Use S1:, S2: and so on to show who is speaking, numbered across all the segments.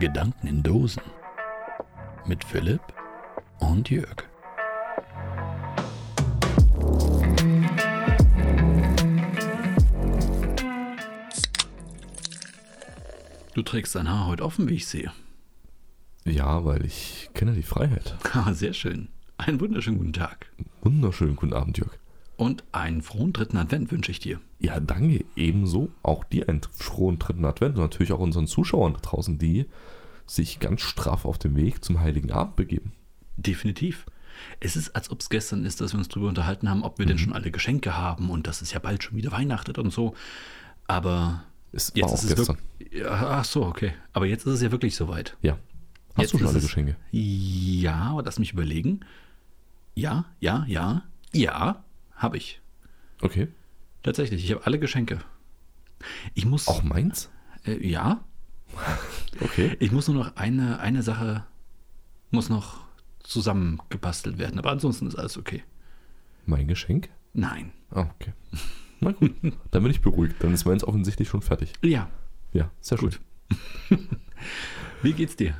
S1: Gedanken in Dosen mit Philipp und Jörg. Du trägst dein Haar heute offen, wie ich sehe.
S2: Ja, weil ich kenne die Freiheit.
S1: Ah, Sehr schön. Einen wunderschönen guten Tag.
S2: Wunderschönen guten Abend, Jörg.
S1: Und einen frohen dritten Advent wünsche ich dir.
S2: Ja, danke. Ebenso auch dir einen frohen dritten Advent und natürlich auch unseren Zuschauern da draußen, die sich ganz straff auf den Weg zum Heiligen Abend begeben.
S1: Definitiv. Es ist, als ob es gestern ist, dass wir uns darüber unterhalten haben, ob wir denn schon alle Geschenke haben und dass es ja bald schon wieder Weihnachtet und so. Aber
S2: Es
S1: jetzt
S2: war
S1: ist
S2: auch
S1: es
S2: gestern.
S1: wirklich. Ja, ach so, okay. Aber jetzt ist es ja wirklich soweit.
S2: Ja. Hast
S1: Jetzt
S2: du schon
S1: ist
S2: alle
S1: es-
S2: Geschenke?
S1: Ja, aber lass mich überlegen. Ja, ja, ja, ja, habe ich.
S2: Okay.
S1: Tatsächlich, ich habe alle Geschenke. Ich muss.
S2: Auch meins?
S1: Äh, ja,
S2: Okay.
S1: ich muss nur noch eine, eine Sache muss noch zusammengebastelt werden. Aber ansonsten ist alles okay.
S2: Mein Geschenk?
S1: Nein.
S2: Ah, okay. Na gut. Dann bin ich beruhigt. Dann ist meins offensichtlich schon fertig.
S1: Ja,
S2: Ja, sehr
S1: Gut.
S2: gut.
S1: wie geht's dir?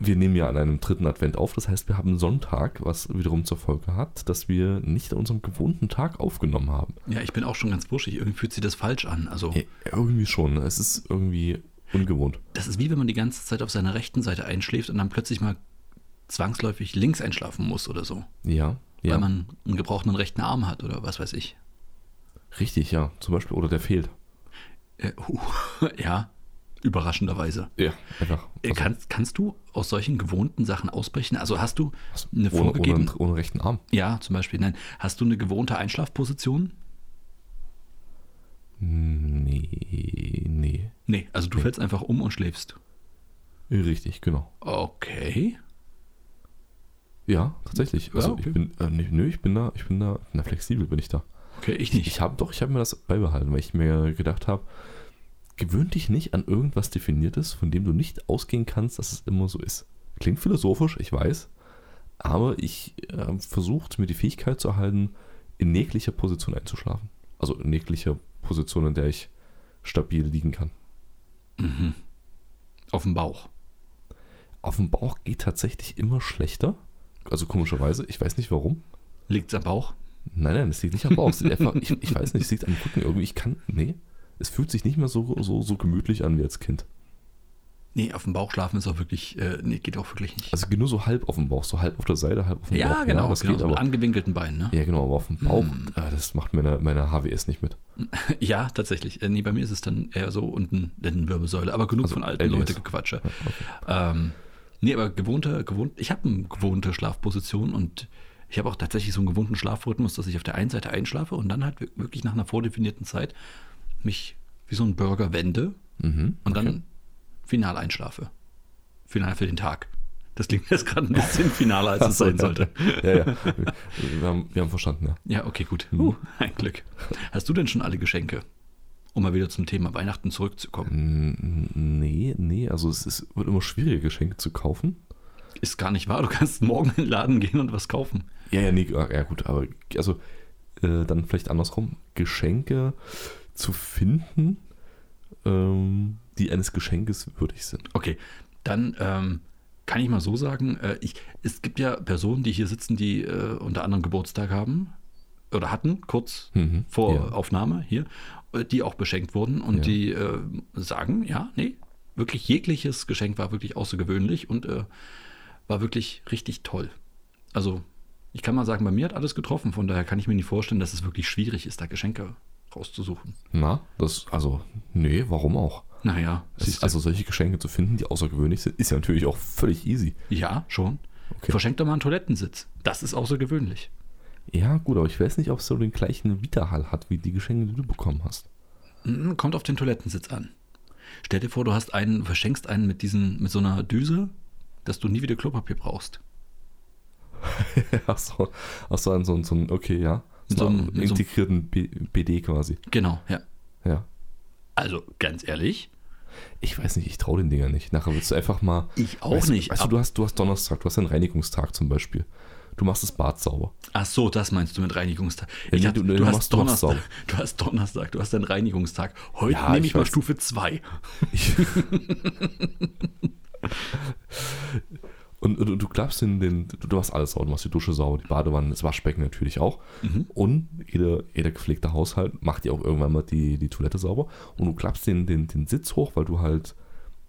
S2: Wir nehmen ja an einem dritten Advent auf. Das heißt, wir haben Sonntag, was wiederum zur Folge hat, dass wir nicht an unserem gewohnten Tag aufgenommen haben.
S1: Ja, ich bin auch schon ganz buschig. Irgendwie fühlt sich das falsch an. Also,
S2: Ja, Irgendwie schon. Es ist irgendwie ungewohnt.
S1: das ist wie wenn man die ganze Zeit auf seiner rechten Seite einschläft und dann plötzlich mal zwangsläufig links einschlafen muss oder so.
S2: Ja.
S1: Weil
S2: ja.
S1: man einen gebrauchten rechten Arm hat oder was weiß ich.
S2: Richtig, ja. Zum Beispiel. Oder der fehlt.
S1: Äh, hu, ja, überraschenderweise.
S2: Ja. Einfach.
S1: Äh, kannst, kannst du aus solchen gewohnten Sachen ausbrechen? Also hast du eine
S2: ohne,
S1: vorgegebene.
S2: ohne, ohne rechten Arm.
S1: Ja, zum Beispiel, nein. Hast du eine gewohnte Einschlafposition?
S2: Nee, nee.
S1: Nee, also du fällst einfach um und schläfst.
S2: Richtig, genau.
S1: Okay.
S2: Ja, tatsächlich. Also
S1: okay.
S2: ich bin, äh, nee, nö, ich bin da, ich bin da, na flexibel bin ich da.
S1: Okay, ich
S2: Ich,
S1: nicht.
S2: ich habe doch, ich habe mir das beibehalten, weil ich mir gedacht habe, gewöhn dich nicht an irgendwas Definiertes, von dem du nicht ausgehen kannst, dass es immer so ist. Klingt philosophisch, ich weiß, aber ich äh, versuche mir die Fähigkeit zu erhalten, in jeglicher Position einzuschlafen. Also in jeglicher Position, in der ich stabil liegen kann.
S1: Auf dem Bauch.
S2: Auf dem Bauch geht tatsächlich immer schlechter. Also komischerweise, ich weiß nicht warum.
S1: Liegt's am Bauch?
S2: Nein, nein, es liegt nicht am Bauch. Es liegt einfach, ich, ich weiß nicht, es liegt am Rücken irgendwie. Ich kann, nee, es fühlt sich nicht mehr so, so, so gemütlich an wie als Kind.
S1: Nee, auf dem Bauch schlafen ist auch wirklich, äh, nee, geht auch wirklich nicht.
S2: Also geht nur so halb auf dem Bauch, so halb auf der Seite, halb auf dem Bauch.
S1: ja, genau,
S2: das
S1: genau
S2: geht
S1: so mit
S2: aber.
S1: angewinkelten Beinen, ne?
S2: Ja, genau, aber auf dem Bauch, ah, das macht meine, meine HWS nicht mit.
S1: Ja. tatsächlich. Äh, nee, bei mir ist es dann eher so unten Lendenwirbelsäule, aber genug von alten
S2: LDS.
S1: Leute gequatsche. Ähm, nee, aber gewohnte, gewohnt, ich habe eine gewohnte Schlafposition und ich habe auch tatsächlich so einen gewohnten Schlafrhythmus, dass ich auf der einen Seite einschlafe und dann halt wirklich nach einer vordefinierten Zeit mich wie so ein Burger wende
S2: Mhm.
S1: und dann final einschlafe. Final für den Tag. Das klingt jetzt gerade ein bisschen finaler, als es
S2: Ach so,
S1: sein
S2: ja.
S1: sollte.
S2: Ja, ja. Wir haben, wir haben verstanden, ja.
S1: Ja, okay, gut. Uh, ein Glück. Hast du denn schon alle Geschenke? Um mal wieder zum Thema Weihnachten zurückzukommen.
S2: Mm, Nee, nee, also es ist, wird immer schwieriger, Geschenke zu kaufen.
S1: Ist gar nicht wahr. Du kannst morgen in den Laden gehen und was kaufen.
S2: Ja, ja, nee, ah, ja gut, aber also äh, dann vielleicht andersrum, Geschenke zu finden, ähm, die eines Geschenkes würdig sind.
S1: Okay, dann ähm, kann ich mal so sagen, äh, ich, es gibt ja Personen, die hier sitzen, die äh, unter anderem Geburtstag haben oder hatten, kurz
S2: Mhm,
S1: vor
S2: ja.
S1: Aufnahme hier, äh, die auch beschenkt wurden und
S2: Ja.
S1: die äh, sagen, ja, nee, wirklich jegliches Geschenk war wirklich außergewöhnlich und äh, war wirklich richtig toll. Also ich kann mal sagen, bei mir hat alles getroffen, von daher kann ich mir nicht vorstellen, dass es wirklich schwierig ist, da Geschenke rauszusuchen.
S2: Na, das, also, nee, warum auch?
S1: Naja,
S2: Es ist
S1: siehste.
S2: also solche Geschenke zu finden, die außergewöhnlich sind, ist ja natürlich auch völlig easy.
S1: Ja, schon.
S2: Okay.
S1: Verschenkt doch mal einen Toilettensitz. Das ist außergewöhnlich.
S2: Ja, gut, aber ich weiß nicht, ob es so den gleichen Widerhall hat, wie die Geschenke, die du bekommen hast.
S1: Hm, Kommt auf den Toilettensitz an. Stell dir vor, du hast einen, verschenkst einen mit diesen, mit so einer Düse, dass du nie wieder Klopapier brauchst.
S2: ach so, ach so, an so, so ein, okay, ja.
S1: Mit
S2: So
S1: so einem-
S2: einem
S1: mit so einem-
S2: integrierten B- BD quasi,
S1: Genau, ja.
S2: ja.
S1: Also, ganz ehrlich,
S2: Ich weiß nicht, ich traue den Dinger nicht. Nachher willst du einfach mal.
S1: Ich auch
S2: weißt, du-
S1: nicht,
S2: Weißt du,
S1: aber-
S2: du hast, du hast Donnerstag, du hast einen Reinigungstag zum Beispiel. du machst das Bad sauber.
S1: Ach so, das meinst du mit Reinigungstag.
S2: Ja,
S1: Ich
S2: nee,
S1: hab-
S2: du- nee, du machst-
S1: hast
S2: du machst
S1: Donnerstag, du hast Donnerstag, du hast deinen Reinigungstag. Heute
S2: Ja,
S1: nehme
S2: ich
S1: ich, mal
S2: weiß.
S1: Stufe 2.
S2: Ich und, und, und du klappst in den, du, du machst alles sauber, du machst die Dusche sauber, die Badewanne, das Waschbecken natürlich auch.
S1: Mhm.
S2: Und jeder, jeder gepflegte Haushalt macht dir auch irgendwann mal die, die Toilette sauber. Und du klappst den, den, den Sitz hoch, weil du halt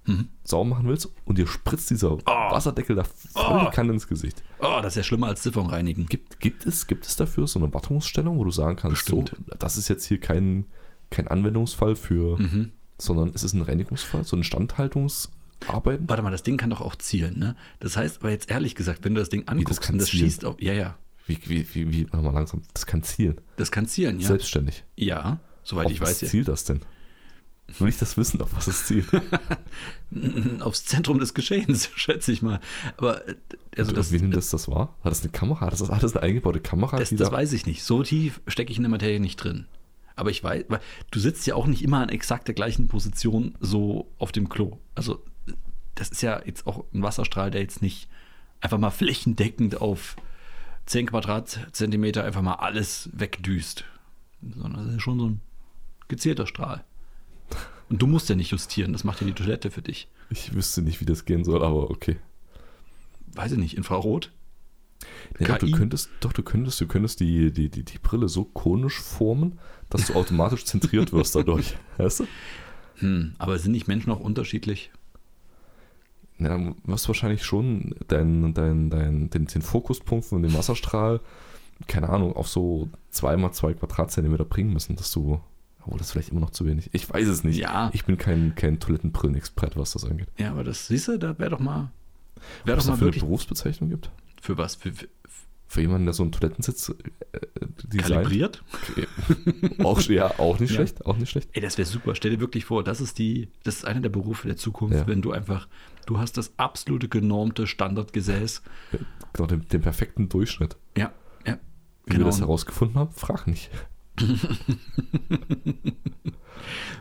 S1: Mhm.
S2: sauber machen willst. Und dir spritzt dieser
S1: Ah.
S2: Wasserdeckel da voll die Kanne ins Gesicht.
S1: Oh, das ist ja schlimmer als Ziffern reinigen.
S2: Gibt, gibt, es, gibt es dafür so eine Wartungsstellung, wo du sagen kannst, so,
S1: Bestimmt.
S2: das ist jetzt hier kein, kein Anwendungsfall für,
S1: Mhm.
S2: sondern es ist ein Reinigungsfall, so ein Standhaltungsarbeiten?
S1: Warte mal, das Ding kann doch auch zielen, ne? Das heißt, aber jetzt ehrlich gesagt, wenn du das Ding
S2: das
S1: anguckst
S2: kann
S1: und das
S2: zielen?
S1: schießt auf. Ja, ja.
S2: Wie, wie, wie, wie, warte mal langsam, das kann zielen.
S1: Das kann zielen, ja.
S2: Selbstständig.
S1: ja, soweit ich
S2: was
S1: weiß. Ja.
S2: zielt das denn? Will ich das wissen, auf was es zielt?
S1: Aufs Zentrum des Geschehens, schätze ich mal. Aber äh, also das,
S2: Wie nimmt das das war? Hat das eine Kamera? Hat das, hat das eine eingebaute Kamera?
S1: das,
S2: die
S1: das
S2: da-
S1: weiß ich nicht. So tief stecke ich in der Materie nicht drin. Aber ich weiß, weil du sitzt ja auch nicht immer an exakt der gleichen Position so auf dem Klo. Also das ist ja jetzt auch ein Wasserstrahl, der jetzt nicht einfach mal flächendeckend auf 10 Quadratzentimeter einfach mal alles wegdüst. Sondern das ist schon so ein gezielter Strahl. Und du musst ja nicht justieren, das macht ja die Toilette für dich.
S2: ich wüsste nicht, wie das gehen soll, aber okay.
S1: Weiß ich nicht, Infrarot?
S2: Ja, doch, du
S1: KI?
S2: könntest, doch, du könntest, du könntest die, die, die, die Brille so konisch formen, dass du automatisch zentriert wirst dadurch. Weißt du?
S1: Hm, aber sind nicht Menschen auch unterschiedlich?
S2: Ja, du wirst wahrscheinlich schon dein, dein, dein, den, den Fokuspunkt von dem Wasserstrahl, keine Ahnung, auf so 2x2 Quadratzentimeter bringen müssen, dass du. Obwohl, das ist vielleicht immer noch zu wenig. Ich weiß es nicht.
S1: Ja.
S2: Ich bin kein, kein Toilettenbrillenexpert, was das angeht.
S1: Ja, aber das siehst du, da wäre doch mal. Wäre doch
S2: Was es
S1: mal
S2: dafür eine
S1: wirklich.
S2: Berufsbezeichnung gibt?
S1: Für was? Für, für
S2: Für jemanden, der so einen Toilettensitz äh, designt?
S1: kalibriert?
S2: Auch, ja, auch nicht
S1: Ja.
S2: schlecht. Auch nicht schlecht.
S1: Ey, das wäre super. Stell dir wirklich vor, das ist die, das ist einer der Berufe der Zukunft,
S2: Ja.
S1: wenn du einfach, du hast das absolute genormte Standardgesäß.
S2: Genau, den, den perfekten Durchschnitt.
S1: Ja, ja. genau.
S2: Wie wir das herausgefunden haben, frag nicht.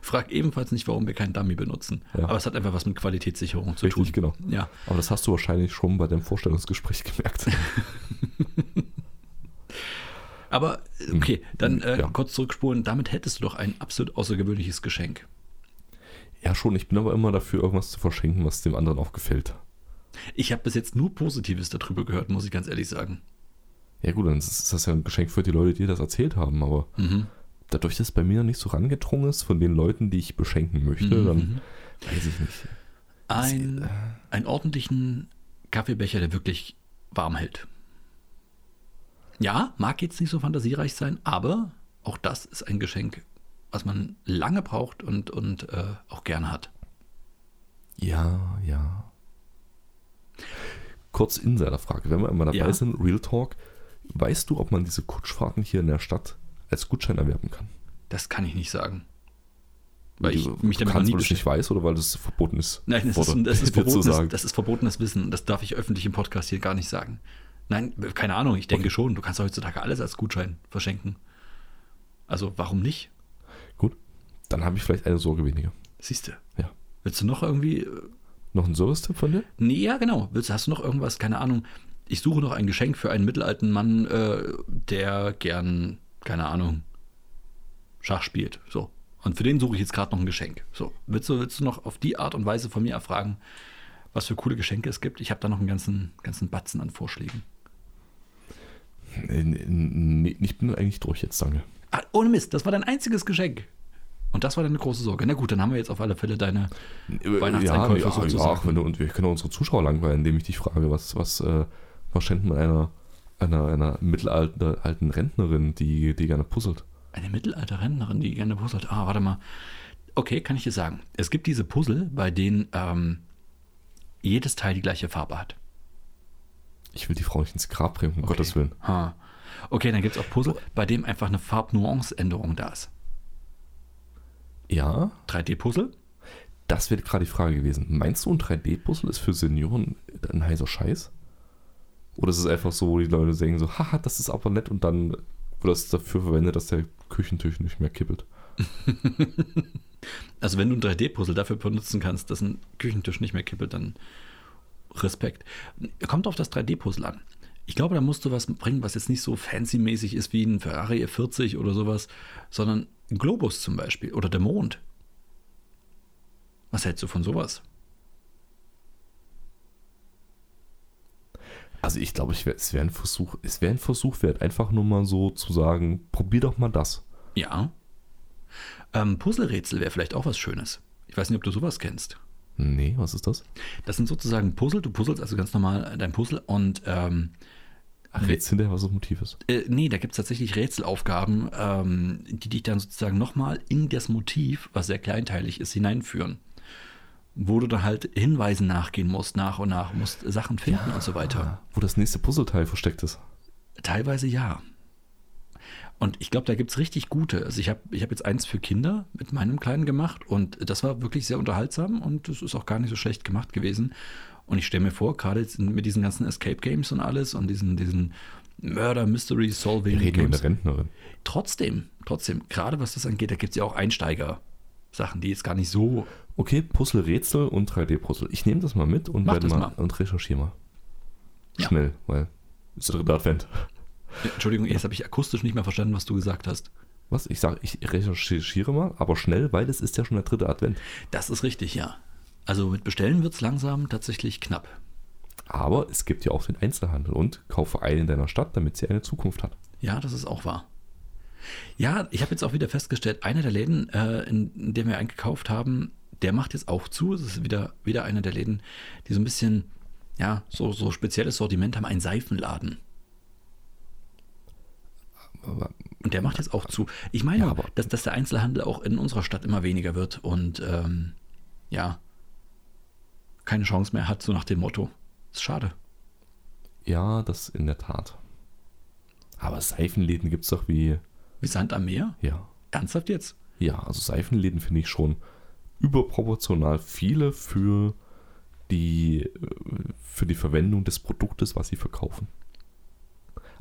S1: Frag ebenfalls nicht, warum wir keinen Dummy benutzen.
S2: Ja.
S1: Aber es hat einfach was mit Qualitätssicherung zu tun.
S2: Richtig, genau.
S1: Ja.
S2: Aber das hast du wahrscheinlich schon bei deinem Vorstellungsgespräch gemerkt.
S1: Aber äh, okay, dann äh,
S2: Hm. Ja.
S1: kurz zurückspulen. Damit hättest du doch ein absolut außergewöhnliches Geschenk.
S2: ja, schon. Ich bin aber immer dafür, irgendwas zu verschenken, was dem anderen auch gefällt.
S1: Ich habe bis jetzt nur Positives darüber gehört, muss ich ganz ehrlich sagen.
S2: Ja, gut, dann ist das ja ein Geschenk für die Leute, die das erzählt haben. Aber
S1: Mhm.
S2: dadurch, dass es bei mir noch nicht so rangedrungen ist von den Leuten, die ich beschenken möchte,
S1: Mhm,
S2: dann weiß ich nicht.
S1: Ein,
S2: äh,
S1: einen ordentlichen Kaffeebecher, der wirklich warm hält. Ja, mag jetzt nicht so fantasiereich sein, aber auch das ist ein Geschenk, was man lange braucht und, und äh, auch gerne hat.
S2: Ja, ja. Kurz Insiderfrage. Wenn wir immer dabei
S1: Ja.
S2: sind, Real Talk, weißt du, ob man diese Kutschfahrten hier in der Stadt als Gutschein erwerben kann?
S1: Das kann ich nicht sagen. Weil ich
S2: du,
S1: mich
S2: du
S1: damit noch
S2: kannst,
S1: nie
S2: weil du es nicht
S1: beschäftigt
S2: weißt oder weil das verboten ist.
S1: Nein, das ist,
S2: Wurde,
S1: das, ist
S2: dir zu
S1: verbotenes,
S2: sagen.
S1: das ist verbotenes Wissen. Das darf ich öffentlich im Podcast hier gar nicht sagen. Nein, keine Ahnung, ich denke schon. Du kannst heutzutage alles als Gutschein verschenken. Also, warum nicht?
S2: Gut, dann habe ich vielleicht eine Sorge weniger.
S1: Siehst du.
S2: Ja.
S1: Willst du noch irgendwie äh,
S2: Noch ein Service-Tipp von dir?
S1: Nee, ja, genau. Willst, hast du noch irgendwas? Keine Ahnung. Ich suche noch ein Geschenk für einen mittelalten Mann, äh, der gern, keine Ahnung, Schach spielt. So. Und für den suche ich jetzt gerade noch ein Geschenk. So. Willst du, willst du noch auf die Art und Weise von mir erfragen, was für coole Geschenke es gibt? Ich habe da noch einen ganzen, ganzen Batzen an Vorschlägen.
S2: Nee, nee, ich bin eigentlich durch jetzt, danke.
S1: Ah, ohne Mist, das war dein einziges Geschenk. Und das war deine große Sorge. Na gut, dann haben wir jetzt auf alle Fälle deine. Weihnachtseinkäufe
S2: ja, ja,
S1: sozusagen.
S2: ach, wenn du, und wir können auch unsere Zuschauer langweilen, indem ich dich frage, was, was, äh, was schenkt man einer, einer, einer mittelalten alten Rentnerin, die, die gerne puzzelt?
S1: Eine Mittelalter-Rentnerin, die gerne puzzelt. Ah, warte mal. Okay, kann ich dir sagen. Es gibt diese Puzzle, bei denen ähm, jedes Teil die gleiche Farbe hat.
S2: Ich will die Frau nicht ins Grab bringen, um Gottes Willen.
S1: Ha. Okay, dann gibt es auch Puzzle, bei dem einfach eine Farbnuanceänderung da ist.
S2: Ja,
S1: 3D-Puzzle?
S2: das wäre gerade die Frage gewesen. Meinst du, ein 3D-Puzzle ist für Senioren ein heißer Scheiß? Oder ist es einfach so, wo die Leute denken so, haha, das ist aber nett und dann wird das dafür verwendet, dass der Küchentisch nicht mehr kippelt?
S1: Also wenn du ein 3D-Puzzle dafür benutzen kannst, dass ein Küchentisch nicht mehr kippelt, dann Respekt. Kommt auf das 3D-Puzzle an. Ich glaube, da musst du was bringen, was jetzt nicht so fancy-mäßig ist wie ein Ferrari E40 oder sowas, sondern ein Globus zum Beispiel oder der Mond. Was hältst du von sowas?
S2: Also ich glaube, ich wär, es wäre ein Versuch, es wäre ein Versuch wert, einfach nur mal so zu sagen, probier doch mal das.
S1: Ja. Ähm, Puzzlerätsel wäre vielleicht auch was Schönes. Ich weiß nicht, ob du sowas kennst.
S2: Nee, was ist das?
S1: Das sind sozusagen Puzzle. Du puzzelst also ganz normal dein Puzzle und ähm,
S2: Rätsel hinterher, was das Motiv ist.
S1: äh, nee, da gibt es tatsächlich Rätselaufgaben, ähm, die dich dann sozusagen nochmal in das Motiv, was sehr kleinteilig ist, hineinführen. Wo du dann halt Hinweisen nachgehen musst, nach und nach, musst Sachen finden und so weiter.
S2: Ah, Wo das nächste Puzzleteil versteckt ist.
S1: Teilweise ja. Und ich glaube, da gibt es richtig gute. Also ich habe ich hab jetzt eins für Kinder mit meinem Kleinen gemacht und das war wirklich sehr unterhaltsam und es ist auch gar nicht so schlecht gemacht gewesen. Und ich stelle mir vor, gerade jetzt mit diesen ganzen Escape Games und alles und diesen, diesen Murder Mystery Solving
S2: Wir reden über eine Rentnerin.
S1: Trotzdem, trotzdem, gerade was das angeht, da gibt es ja auch Einsteiger-Sachen, die jetzt gar nicht so.
S2: Okay, Puzzle, Rätsel und 3D-Puzzle. Ich nehme das mal mit und
S1: Mach
S2: werde
S1: das
S2: mal,
S1: mal.
S2: und recherchiere mal.
S1: Ja.
S2: Schnell, weil ist der dritte Advent.
S1: Entschuldigung, jetzt habe ich akustisch nicht mehr verstanden, was du gesagt hast.
S2: Was? Ich sage, ich recherchiere mal, aber schnell, weil es ist ja schon der dritte Advent.
S1: Das ist richtig, ja. Also mit Bestellen wird es langsam tatsächlich knapp.
S2: Aber es gibt ja auch den Einzelhandel und kaufe eine in deiner Stadt, damit sie eine Zukunft hat.
S1: Ja, das ist auch wahr. Ja, ich habe jetzt auch wieder festgestellt, einer der Läden, äh, in, in dem wir eingekauft haben, der macht jetzt auch zu. Es ist wieder, wieder einer der Läden, die so ein bisschen, ja, so, so spezielles Sortiment haben, ein Seifenladen.
S2: Aber
S1: Und der macht jetzt auch zu. Ich meine,
S2: Ja, aber-
S1: dass, dass der Einzelhandel auch in unserer Stadt immer weniger wird und ähm, ja, keine Chance mehr hat, so nach dem Motto. Ist schade.
S2: Ja, das in der Tat. Aber Seifenläden gibt es doch wie.
S1: Wie Sand am Meer?
S2: Ja.
S1: Ernsthaft jetzt?
S2: Ja, also Seifenläden finde ich schon überproportional viele für die, äh, für die Verwendung des Produktes, was sie verkaufen.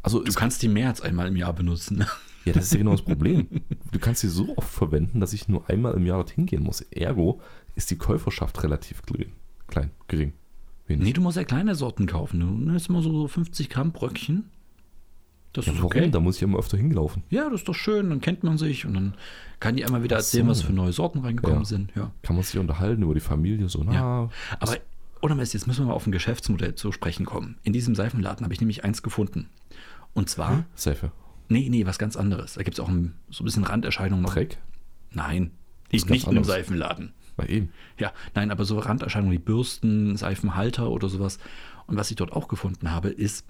S2: Also
S1: Du
S2: es-
S1: kannst die mehr als einmal im Jahr benutzen.
S2: ja, das ist ja genau das Problem. Du kannst sie so oft verwenden, dass ich nur einmal im Jahr dorthin gehen muss. Ergo ist die Käuferschaft relativ gering- klein, gering. Wenig.
S1: Nee, du musst ja kleine Sorten kaufen. Du nimmst immer so 50 Gramm Bröckchen. Das
S2: ja,
S1: ist
S2: warum?
S1: okay.
S2: Da muss ich immer öfter hingelaufen.
S1: Ja, das ist doch schön. Dann kennt man sich und dann kann die einmal wieder
S2: Ach
S1: erzählen,
S2: so.
S1: was für neue Sorten reingekommen
S2: Ja.
S1: sind. Ja.
S2: Kann man sich unterhalten über die Familie, so, na,
S1: Ja. Aber ohne Mist, jetzt müssen wir mal auf ein Geschäftsmodell zu sprechen kommen. In diesem Seifenladen habe ich nämlich eins gefunden. Und zwar,
S2: Hm? Seife,
S1: nee, nee, was ganz anderes. Da gibt es auch ein, so ein bisschen Randerscheinungen noch.
S2: Dreck.
S1: Nein, nicht,
S2: ganz
S1: nicht in einem
S2: anderes.
S1: Seifenladen.
S2: Na eben.
S1: Ja, nein, aber so Randerscheinungen wie Bürsten, Seifenhalter oder sowas. Und was ich dort auch gefunden habe, ist,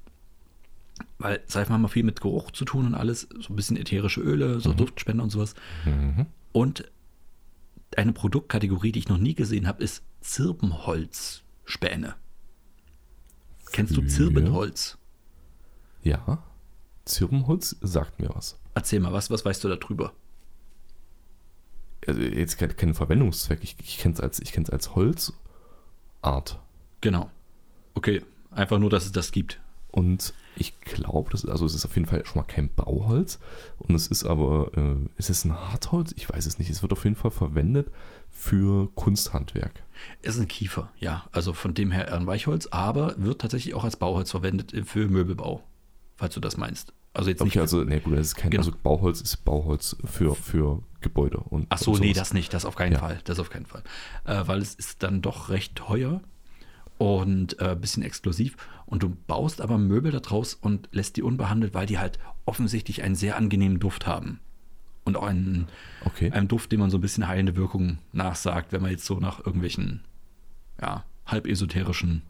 S1: weil Seifen haben ja viel mit Geruch zu tun und alles, so ein bisschen ätherische Öle, so Duftspender und sowas. Mhm. Und eine Produktkategorie, die ich noch nie gesehen habe, ist Zirbenholzspäne. Kennst du
S2: Für-
S1: Zirbenholz?
S2: Ja. Zirbenholz sagt mir was.
S1: Erzähl mal, was, was weißt du darüber?
S2: Also jetzt kein, kein Verwendungszweck. Ich, ich kenne es als, ich kenn's als Holzart.
S1: Genau. Okay, einfach nur, dass es das gibt.
S2: Und ich glaube, das ist, also es ist auf jeden Fall schon mal kein Bauholz. Und es ist aber, äh, es ist ein Hartholz? Ich weiß es nicht. Es wird auf jeden Fall verwendet für Kunsthandwerk.
S1: Es ist ein Kiefer, ja. Also von dem her eher ein Weichholz, aber wird tatsächlich auch als Bauholz verwendet für Möbelbau, falls du das meinst. Also jetzt
S2: Okay,
S1: nicht.
S2: also, nee, gut, das ist kein,
S1: Genau.
S2: also Bauholz ist Bauholz für, für Gebäude. Und,
S1: Ach so,
S2: und
S1: nee,
S2: sowas.
S1: das nicht, das auf keinen
S2: Ja.
S1: Fall, das auf keinen Fall, äh, weil es ist dann doch recht teuer und äh, ein bisschen exklusiv und du baust aber Möbel da draus und lässt die unbehandelt, weil die halt offensichtlich einen sehr angenehmen Duft haben und auch einen,
S2: Okay.
S1: einem Duft, dem man so ein bisschen heilende Wirkung nachsagt, wenn man jetzt so nach irgendwelchen, ja, halb esoterischen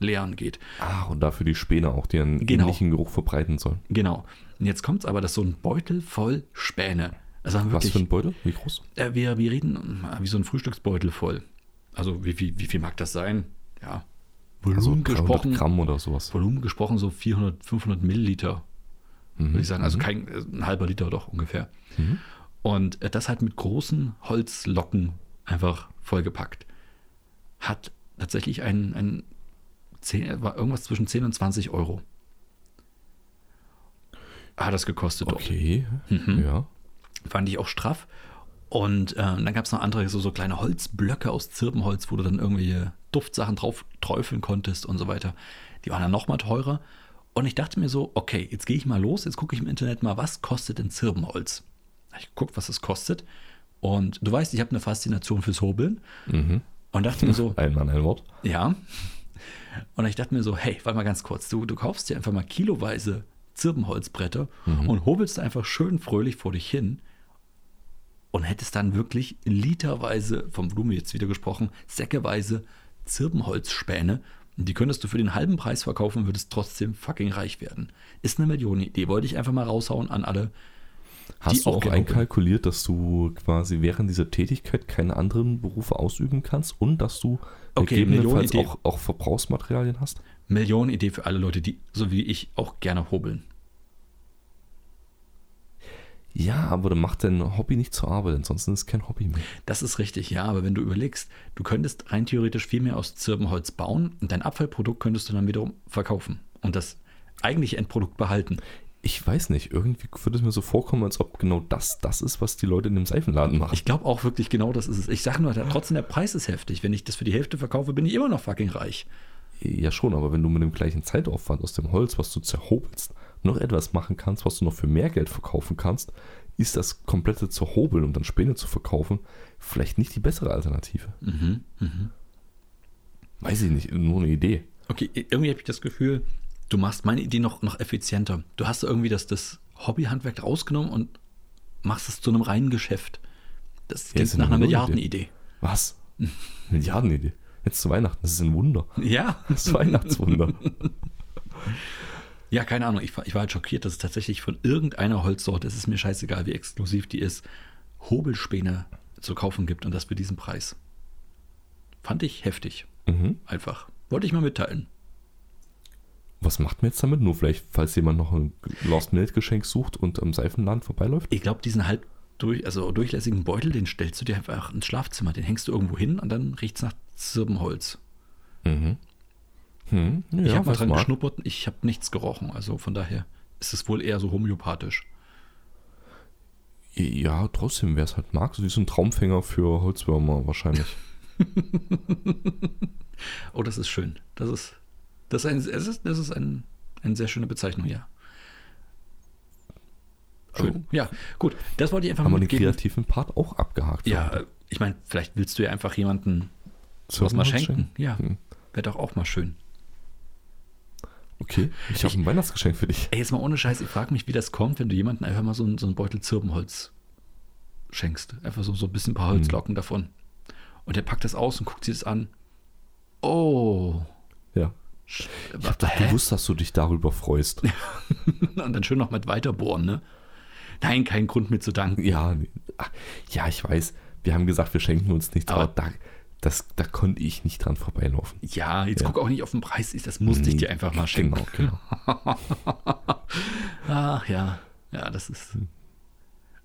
S1: Lehren geht.
S2: Ach, Ah, und dafür die Späne auch, die einen
S1: Genau.
S2: ähnlichen Geruch verbreiten sollen.
S1: Genau. Und jetzt kommt es aber, dass so ein Beutel voll Späne. Also haben
S2: Was
S1: wirklich,
S2: für ein Beutel? Wie groß?
S1: äh, wir, wir reden äh, wie so ein Frühstücksbeutel voll. Also wie, wie, wie viel mag das sein? Ja.
S2: Also
S1: Volumen gesprochen.
S2: Gramm oder sowas.
S1: Volumen gesprochen so 400, 500 Milliliter. Würde ich sagen. Also kein äh, ein halber Liter doch ungefähr. Und äh, das halt mit großen Holzlocken einfach vollgepackt. Hat tatsächlich einen, einen 10, äh, war irgendwas zwischen 10 und 20 Euro. Hat das gekostet dort.
S2: Okay, ja.
S1: Fand ich auch straff. Und äh, dann gab es noch andere, so, so kleine Holzblöcke aus Zirbenholz, wo du dann irgendwelche Duftsachen drauf träufeln konntest und so weiter. Die waren dann nochmal teurer. Und ich dachte mir so, okay, jetzt gehe ich mal los, jetzt gucke ich im Internet mal, was kostet denn Zirbenholz? Hab Ich gucke, was es kostet. Und du weißt, ich habe eine Faszination fürs Hobeln.
S2: Mhm.
S1: Und dachte mir so,
S2: Ein Mann, ein Wort.
S1: ja. Und ich dachte mir so, hey, warte mal ganz kurz, du, du kaufst dir einfach mal kiloweise Zirbenholzbretter und hobelst einfach schön fröhlich vor dich hin und hättest dann wirklich literweise, vom Volumen jetzt wieder gesprochen, säckeweise Zirbenholzspäne. Und Die könntest du für den halben Preis verkaufen und würdest trotzdem fucking reich werden. Ist eine Millionenidee. Wollte ich einfach mal raushauen an alle.
S2: Hast du
S1: auch
S2: auch
S1: gerne
S2: einkalkuliert, dass du quasi während dieser Tätigkeit keine anderen Berufe ausüben kannst und dass du
S1: Okay,
S2: gegebenenfalls
S1: Millionenidee.
S2: auch, auch Verbrauchsmaterialien hast?
S1: Millionenidee für alle Leute, die, so wie ich, auch gerne hobeln.
S2: Ja, aber dann macht dein Hobby nicht zur Arbeit, ansonsten ist es kein Hobby mehr.
S1: Das ist richtig, ja, aber wenn du überlegst, du könntest rein theoretisch viel mehr aus Zirbenholz bauen und dein Abfallprodukt könntest du dann wiederum verkaufen und das eigentliche Endprodukt behalten.
S2: Ich weiß nicht, irgendwie würde es mir so vorkommen, als ob genau das das ist, was die Leute in dem Seifenladen machen.
S1: Ich glaube auch wirklich genau das ist es. Ich sage nur, der, trotzdem der Preis ist heftig. Wenn ich das für die Hälfte verkaufe, bin ich immer noch fucking reich.
S2: ja schon, aber wenn du mit dem gleichen Zeitaufwand aus dem Holz, was du zerhobelst, noch etwas machen kannst, was du noch für mehr Geld verkaufen kannst, ist das komplette Zerhobeln, um dann Späne zu verkaufen, vielleicht nicht die bessere Alternative.
S1: Mhm.
S2: Weiß ich nicht, nur eine Idee.
S1: Okay, irgendwie habe ich das Gefühl, du machst meine Idee noch, noch effizienter. Du hast irgendwie das, das Hobbyhandwerk rausgenommen und machst es zu einem reinen Geschäft. Das klingt
S2: ist
S1: nach
S2: eine
S1: einer Milliardenidee.
S2: Millionenidee. Was? Milliardenidee. Jetzt zu Weihnachten, das ist ein Wunder.
S1: Ja.
S2: Das ist Weihnachtswunder.
S1: Ja, keine Ahnung. Ich war, ich war halt schockiert, dass es tatsächlich von irgendeiner Holzsorte, es ist mir scheißegal, wie exklusiv die ist, Hobelspäne zu kaufen gibt und das für diesen Preis. Fand ich heftig.
S2: mhm.
S1: Einfach. Wollte ich mal mitteilen.
S2: Was macht man jetzt damit? Nur vielleicht, falls jemand noch ein Lost-Minute-Geschenk sucht und am Seifenladen vorbeiläuft?
S1: Ich glaube, diesen halb durch, also durchlässigen Beutel, den stellst du dir einfach ins Schlafzimmer. Den hängst du irgendwo hin und dann riecht's nach Zirbenholz.
S2: Mhm. Hm,
S1: Ich
S2: ja,
S1: habe mal
S2: was
S1: dran
S2: mag.
S1: geschnuppert, ich habe nichts gerochen. Also von daher ist es wohl eher so homöopathisch.
S2: Ja, trotzdem, wer es halt mag, so wie so ein Traumfänger für Holzwürmer wahrscheinlich.
S1: Oh, das ist schön. Das ist, das ist, ein, es ist, das ist ein, eine sehr schöne Bezeichnung, ja. Schön. Ja, gut. Das wollte ich einfach
S2: Haben wir den
S1: mitgeben.
S2: kreativen Part auch abgehakt?
S1: Ja, äh, ich meine, vielleicht willst du ja einfach jemanden
S2: Soll
S1: was
S2: man
S1: mal
S2: uns
S1: schenken. Ja,
S2: Hm.
S1: wäre doch auch mal schön.
S2: Okay, ich habe ein Weihnachtsgeschenk für dich.
S1: Ey, jetzt mal ohne Scheiß, ich frage mich, wie das kommt, wenn du jemandem einfach mal so, einen- so einen Beutel Zirbenholz schenkst. Einfach so, so ein bisschen ein
S2: Hm.
S1: paar Holzlocken davon. Und der packt das aus und guckt sich das an. Oh.
S2: Ja.
S1: sch-
S2: Ich habe doch gewusst, dass du dich darüber freust.
S1: Und dann schön noch mit weiterbohren, ne? Nein, kein Grund mir zu danken.
S2: Ja, nee. Ah, ja, ich weiß. Wir haben gesagt, wir schenken uns nichts, aber,
S1: Aber-
S2: da, das, da konnte ich nicht dran vorbeilaufen.
S1: Ja, jetzt
S2: Ja.
S1: guck auch nicht auf den Preis, ich- das musste ich
S2: Nee,
S1: dir einfach mal schenken.
S2: Genau, genau.
S1: Ach ja, ja, das ist.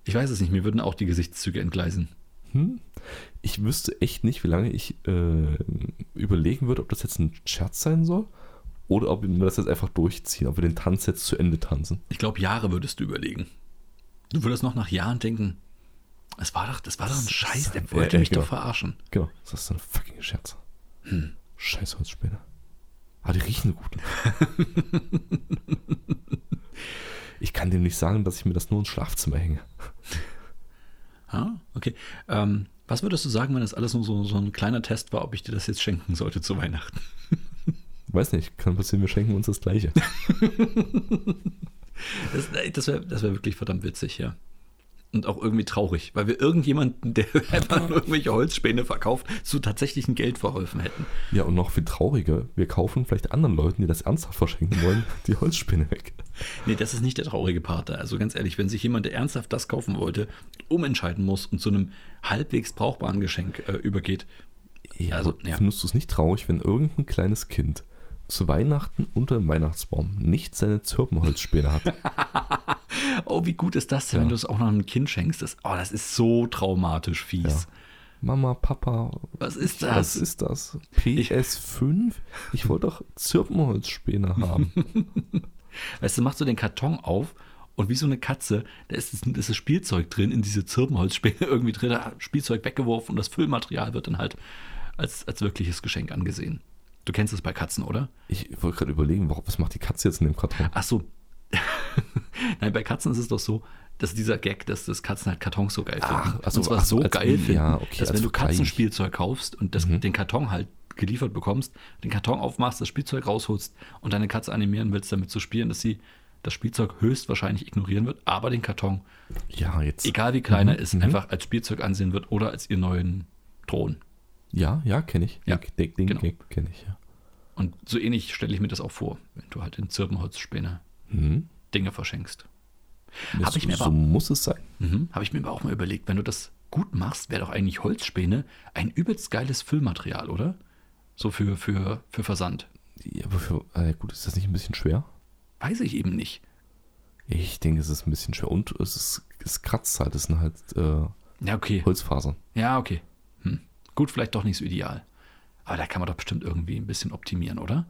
S1: Ich weiß es nicht, mir würden auch die Gesichtszüge entgleisen.
S2: Hm? Ich wüsste echt nicht, wie lange ich äh, überlegen würde, ob das jetzt ein Scherz sein soll oder ob wir das jetzt einfach durchziehen, ob wir den Tanz jetzt zu Ende tanzen.
S1: Ich glaube, Jahre würdest du überlegen. Du würdest noch nach Jahren denken, es war doch, das war doch ein
S2: Das-
S1: Scheiß, der
S2: ja,
S1: wollte
S2: ja,
S1: mich
S2: genau.
S1: doch verarschen.
S2: Genau, das ist ein fucking Scherz. Scheiß Holzspäne. Ah, die riechen gut. ich kann dem nicht sagen, dass ich mir das nur ins Schlafzimmer hänge.
S1: Ah, okay. Ähm, was würdest du sagen, wenn das alles nur so, so ein kleiner Test war, ob ich dir das jetzt schenken sollte zu Weihnachten?
S2: Weiß nicht, kann passieren, wir schenken uns das Gleiche.
S1: Das, ey, das wäre das wär wirklich verdammt witzig, ja. Und auch irgendwie traurig, weil wir irgendjemanden, der einfach nur irgendwelche Holzspäne verkauft, zu tatsächlichem Geld verholfen hätten.
S2: Ja, und noch viel trauriger, wir kaufen vielleicht anderen Leuten, die das ernsthaft verschenken wollen, die Holzspinne weg.
S1: Nee, das ist nicht der traurige Part. da. Also ganz ehrlich, wenn sich jemand, der ernsthaft das kaufen wollte, umentscheiden muss und zu einem halbwegs brauchbaren Geschenk äh, übergeht.
S2: Ja,
S1: Also,
S2: also,
S1: ja.
S2: findest du es nicht traurig, wenn irgendein kleines Kind zu Weihnachten unter dem Weihnachtsbaum nicht seine Zirpenholzspäne hat?
S1: Oh, wie gut ist das denn, wenn du es auch noch einem Kind schenkst? Das, oh, das ist so traumatisch fies.
S2: Mama, Papa,
S1: Was ist
S2: was
S1: das?
S2: ist das? PS5? Ich wollte doch Zirpenholzspäne haben.
S1: weißt du, machst du den Karton auf und wie so eine Katze, da ist das, das ist Spielzeug drin, in diese Zirbenholzspäne irgendwie drin, da hat Spielzeug weggeworfen und das Füllmaterial wird dann halt als, als wirkliches Geschenk angesehen. Du kennst es bei Katzen, oder?
S2: Ich wollte gerade überlegen, warum, was macht die Katze jetzt in dem Karton?
S1: Ach so. Nein, bei Katzen ist es doch so, dass dieser Gag, dass das Katzen halt Kartons so geil finden.
S2: Ach, ach so,
S1: und zwar
S2: ach so,
S1: so
S2: als-
S1: geil finden,
S2: ja, okay,
S1: dass
S2: als
S1: wenn du
S2: Vergleich. Mhm.
S1: Katzenspielzeug kaufst und das, den Karton halt geliefert bekommst, den Karton aufmachst, das Spielzeug rausholst und deine Katze animieren willst, damit zu spielen, dass sie das Spielzeug höchstwahrscheinlich ignorieren wird, aber den Karton,
S2: Ja, jetzt.
S1: egal wie klein er ist,
S2: mhm.
S1: einfach als Spielzeug ansehen wird oder als ihren neuen Thron.
S2: Ja, ja, kenne ich.
S1: Ja,
S2: den den, den
S1: genau.
S2: Gag kenne ich, ja.
S1: Und so ähnlich stelle ich mir das auch vor, wenn du halt in Zirbenholzspäne
S2: Mhm.
S1: Dinge verschenkst. Hab
S2: so,
S1: ich mir aber-
S2: so muss es sein.
S1: Mhm. Habe ich mir aber auch mal überlegt, wenn du das gut machst, wäre doch eigentlich Holzspäne ein übelst geiles Füllmaterial, oder? So für, für, für Versand.
S2: Ja, aber für, äh, gut, ist das nicht ein bisschen schwer?
S1: Weiß ich eben nicht.
S2: Ich denke, es ist ein bisschen schwer. Und es, ist, es kratzt halt. Es sind halt äh,
S1: Ja, okay.
S2: Holzfasern.
S1: Ja, okay. Hm. Gut, vielleicht doch nicht so ideal. Aber da kann man doch bestimmt irgendwie ein bisschen optimieren, oder?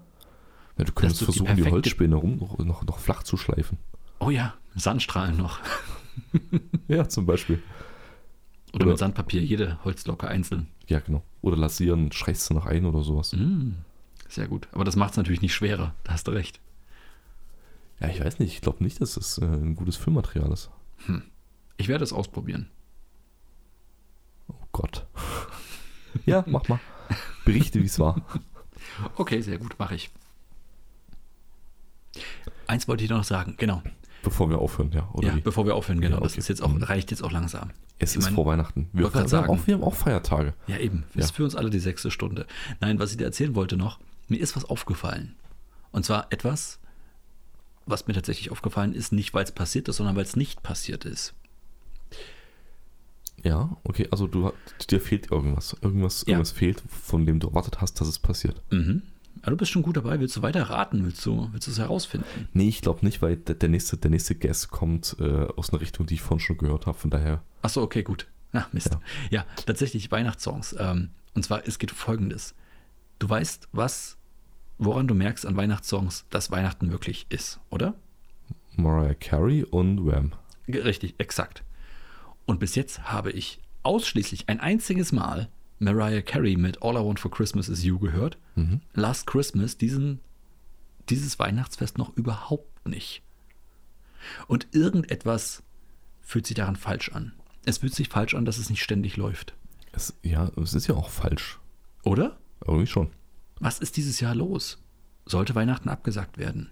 S2: Ja, du
S1: ist
S2: könntest
S1: die
S2: versuchen, die,
S1: perfekte-
S2: Holzspäne rum noch, noch, noch flach zu schleifen.
S1: Oh ja, Sandstrahlen noch.
S2: Ja, zum Beispiel.
S1: Oder,
S2: Oder-
S1: mit Sandpapier, jede Holzlocke einzeln.
S2: Ja, genau. Oder lasieren, schreist du noch ein oder sowas.
S1: Hm. Sehr gut. Aber das macht es natürlich nicht schwerer. Da hast du recht.
S2: Ja, ich weiß nicht. Ich glaube nicht, dass es äh, ein gutes Filmmaterial ist.
S1: Ich werde es ausprobieren.
S2: Oh Gott. ja, mach mal. Berichte, wie es war.
S1: Okay, sehr gut, mache ich. Eins wollte ich noch sagen, genau.
S2: Bevor wir aufhören, ja. Oder
S1: ja,
S2: wie?
S1: bevor wir aufhören, genau.
S2: Ja,
S1: Das
S2: okay. Mhm.
S1: ist jetzt auch, reicht jetzt auch langsam.
S2: Es
S1: ich
S2: ist
S1: mein,
S2: vor Weihnachten. Wir,
S1: wollte gerade
S2: wir, haben
S1: sagen.
S2: auch, wir haben auch Feiertage.
S1: Ja, eben. Das ist für uns alle die sechste Stunde. Nein, was ich dir erzählen wollte noch, mir ist was aufgefallen. Und zwar etwas, was mir tatsächlich aufgefallen ist, nicht weil es passiert ist, sondern weil es nicht passiert ist.
S2: Ja, okay. Also du, hast- dir fehlt irgendwas. Irgendwas,
S1: Ja.
S2: irgendwas fehlt, von dem du erwartet hast, dass es passiert.
S1: Mhm. Aber du bist schon gut dabei. Willst du weiter raten? Willst du, willst du es herausfinden?
S2: Nee, ich glaube nicht, weil der, der nächste, der nächste Guest kommt äh, aus einer Richtung, die ich vorhin schon gehört habe. Von daher.
S1: Achso, okay, gut. Ach, Mist.
S2: Ja.
S1: Ja, tatsächlich Weihnachtssongs. Ähm, und zwar, es geht um Folgendes. Du weißt, was, woran du merkst an Weihnachtssongs, dass Weihnachten wirklich ist, oder?
S2: Mariah Carey und Wham.
S1: Ge- Richtig, exakt. Und bis jetzt habe ich ausschließlich ein einziges Mal Mariah Carey mit All I Want for Christmas Is You gehört. Last Christmas, diesen, dieses Weihnachtsfest noch überhaupt nicht. Und irgendetwas fühlt sich daran falsch an. Es fühlt sich falsch an, dass es nicht ständig läuft.
S2: Es, ja, es ist ja auch falsch.
S1: Oder?
S2: Irgendwie schon.
S1: Was ist dieses Jahr los? Sollte Weihnachten abgesagt werden?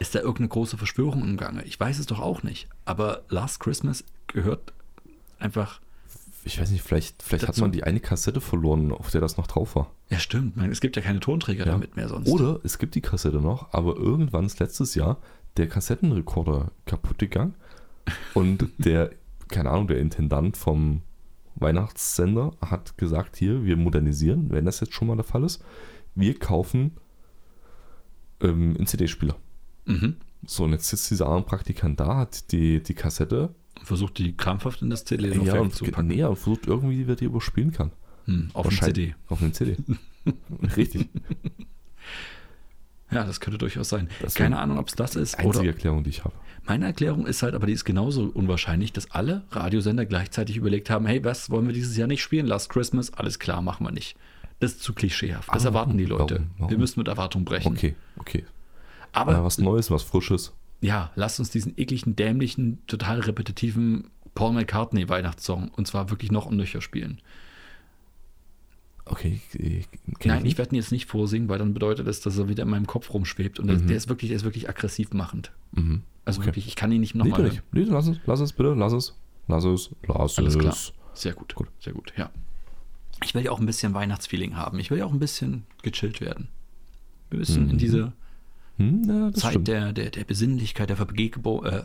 S1: Ist da irgendeine große Verschwörung im Gange? Ich weiß es doch auch nicht. Aber Last Christmas gehört einfach
S2: Ich weiß nicht, vielleicht, vielleicht hat
S1: Dazu-
S2: man die eine Kassette verloren, auf der das noch drauf war.
S1: Ja, stimmt. Man, es gibt ja keine Tonträger
S2: Ja.
S1: damit mehr sonst.
S2: Oder es gibt die Kassette noch, aber irgendwann ist letztes Jahr der Kassettenrekorder kaputt gegangen und der, keine Ahnung, der Intendant vom Weihnachtssender hat gesagt, hier, wir modernisieren, wenn das jetzt schon mal der Fall ist, wir kaufen ähm, einen CD-Spieler.
S1: Mhm.
S2: So, und jetzt sitzt dieser arme Praktikant da, hat die, die Kassette
S1: Und versucht die krampfhaft in das CD noch
S2: ja, und,
S1: zu packen.
S2: nee, und versucht irgendwie, wie er die überspielen kann.
S1: Hm, auf eine CD.
S2: Auf eine CD. Richtig.
S1: Ja, das könnte durchaus sein.
S2: Das wär
S1: keine Ahnung, ob es das ist.
S2: Einzige
S1: Oder
S2: Erklärung, die ich habe.
S1: meine Erklärung ist halt, aber die ist genauso unwahrscheinlich, dass alle Radiosender gleichzeitig überlegt haben, hey, was wollen wir dieses Jahr nicht spielen? Last Christmas, alles klar, machen wir nicht. Das ist zu klischeehaft. Das
S2: Ah,
S1: erwarten die Leute.
S2: warum? Warum?
S1: Wir müssen mit Erwartungen brechen.
S2: Okay, okay.
S1: Aber
S2: Aber was Neues, was Frisches.
S1: ja, lasst uns diesen ekligen, dämlichen, total repetitiven Paul McCartney Weihnachtssong und zwar wirklich noch und nöcher spielen.
S2: Okay, ich, ich, kenn
S1: Nein, ich werde ihn jetzt nicht vorsingen, weil dann bedeutet das, dass er wieder in meinem Kopf rumschwebt und das- der ist wirklich, der ist wirklich aggressiv machend.
S2: Mhm.
S1: Also
S2: Okay.
S1: wirklich, ich kann ihn nicht
S2: Nee,
S1: nochmal.
S2: du nicht. Nee, lass es, lass es, bitte, lass es. Lass es, lass
S1: Alles
S2: es.
S1: klar. Sehr gut.
S2: Gut.
S1: Sehr gut, ja. Ich will ja auch ein bisschen Weihnachtsfeeling haben. Ich will ja auch ein bisschen gechillt werden. Wir müssen in diese
S2: Hm, ja, Mhm. das
S1: Zeit
S2: stimmt. Der,
S1: der, der, der Besinnlichkeit, der Vergebo, äh,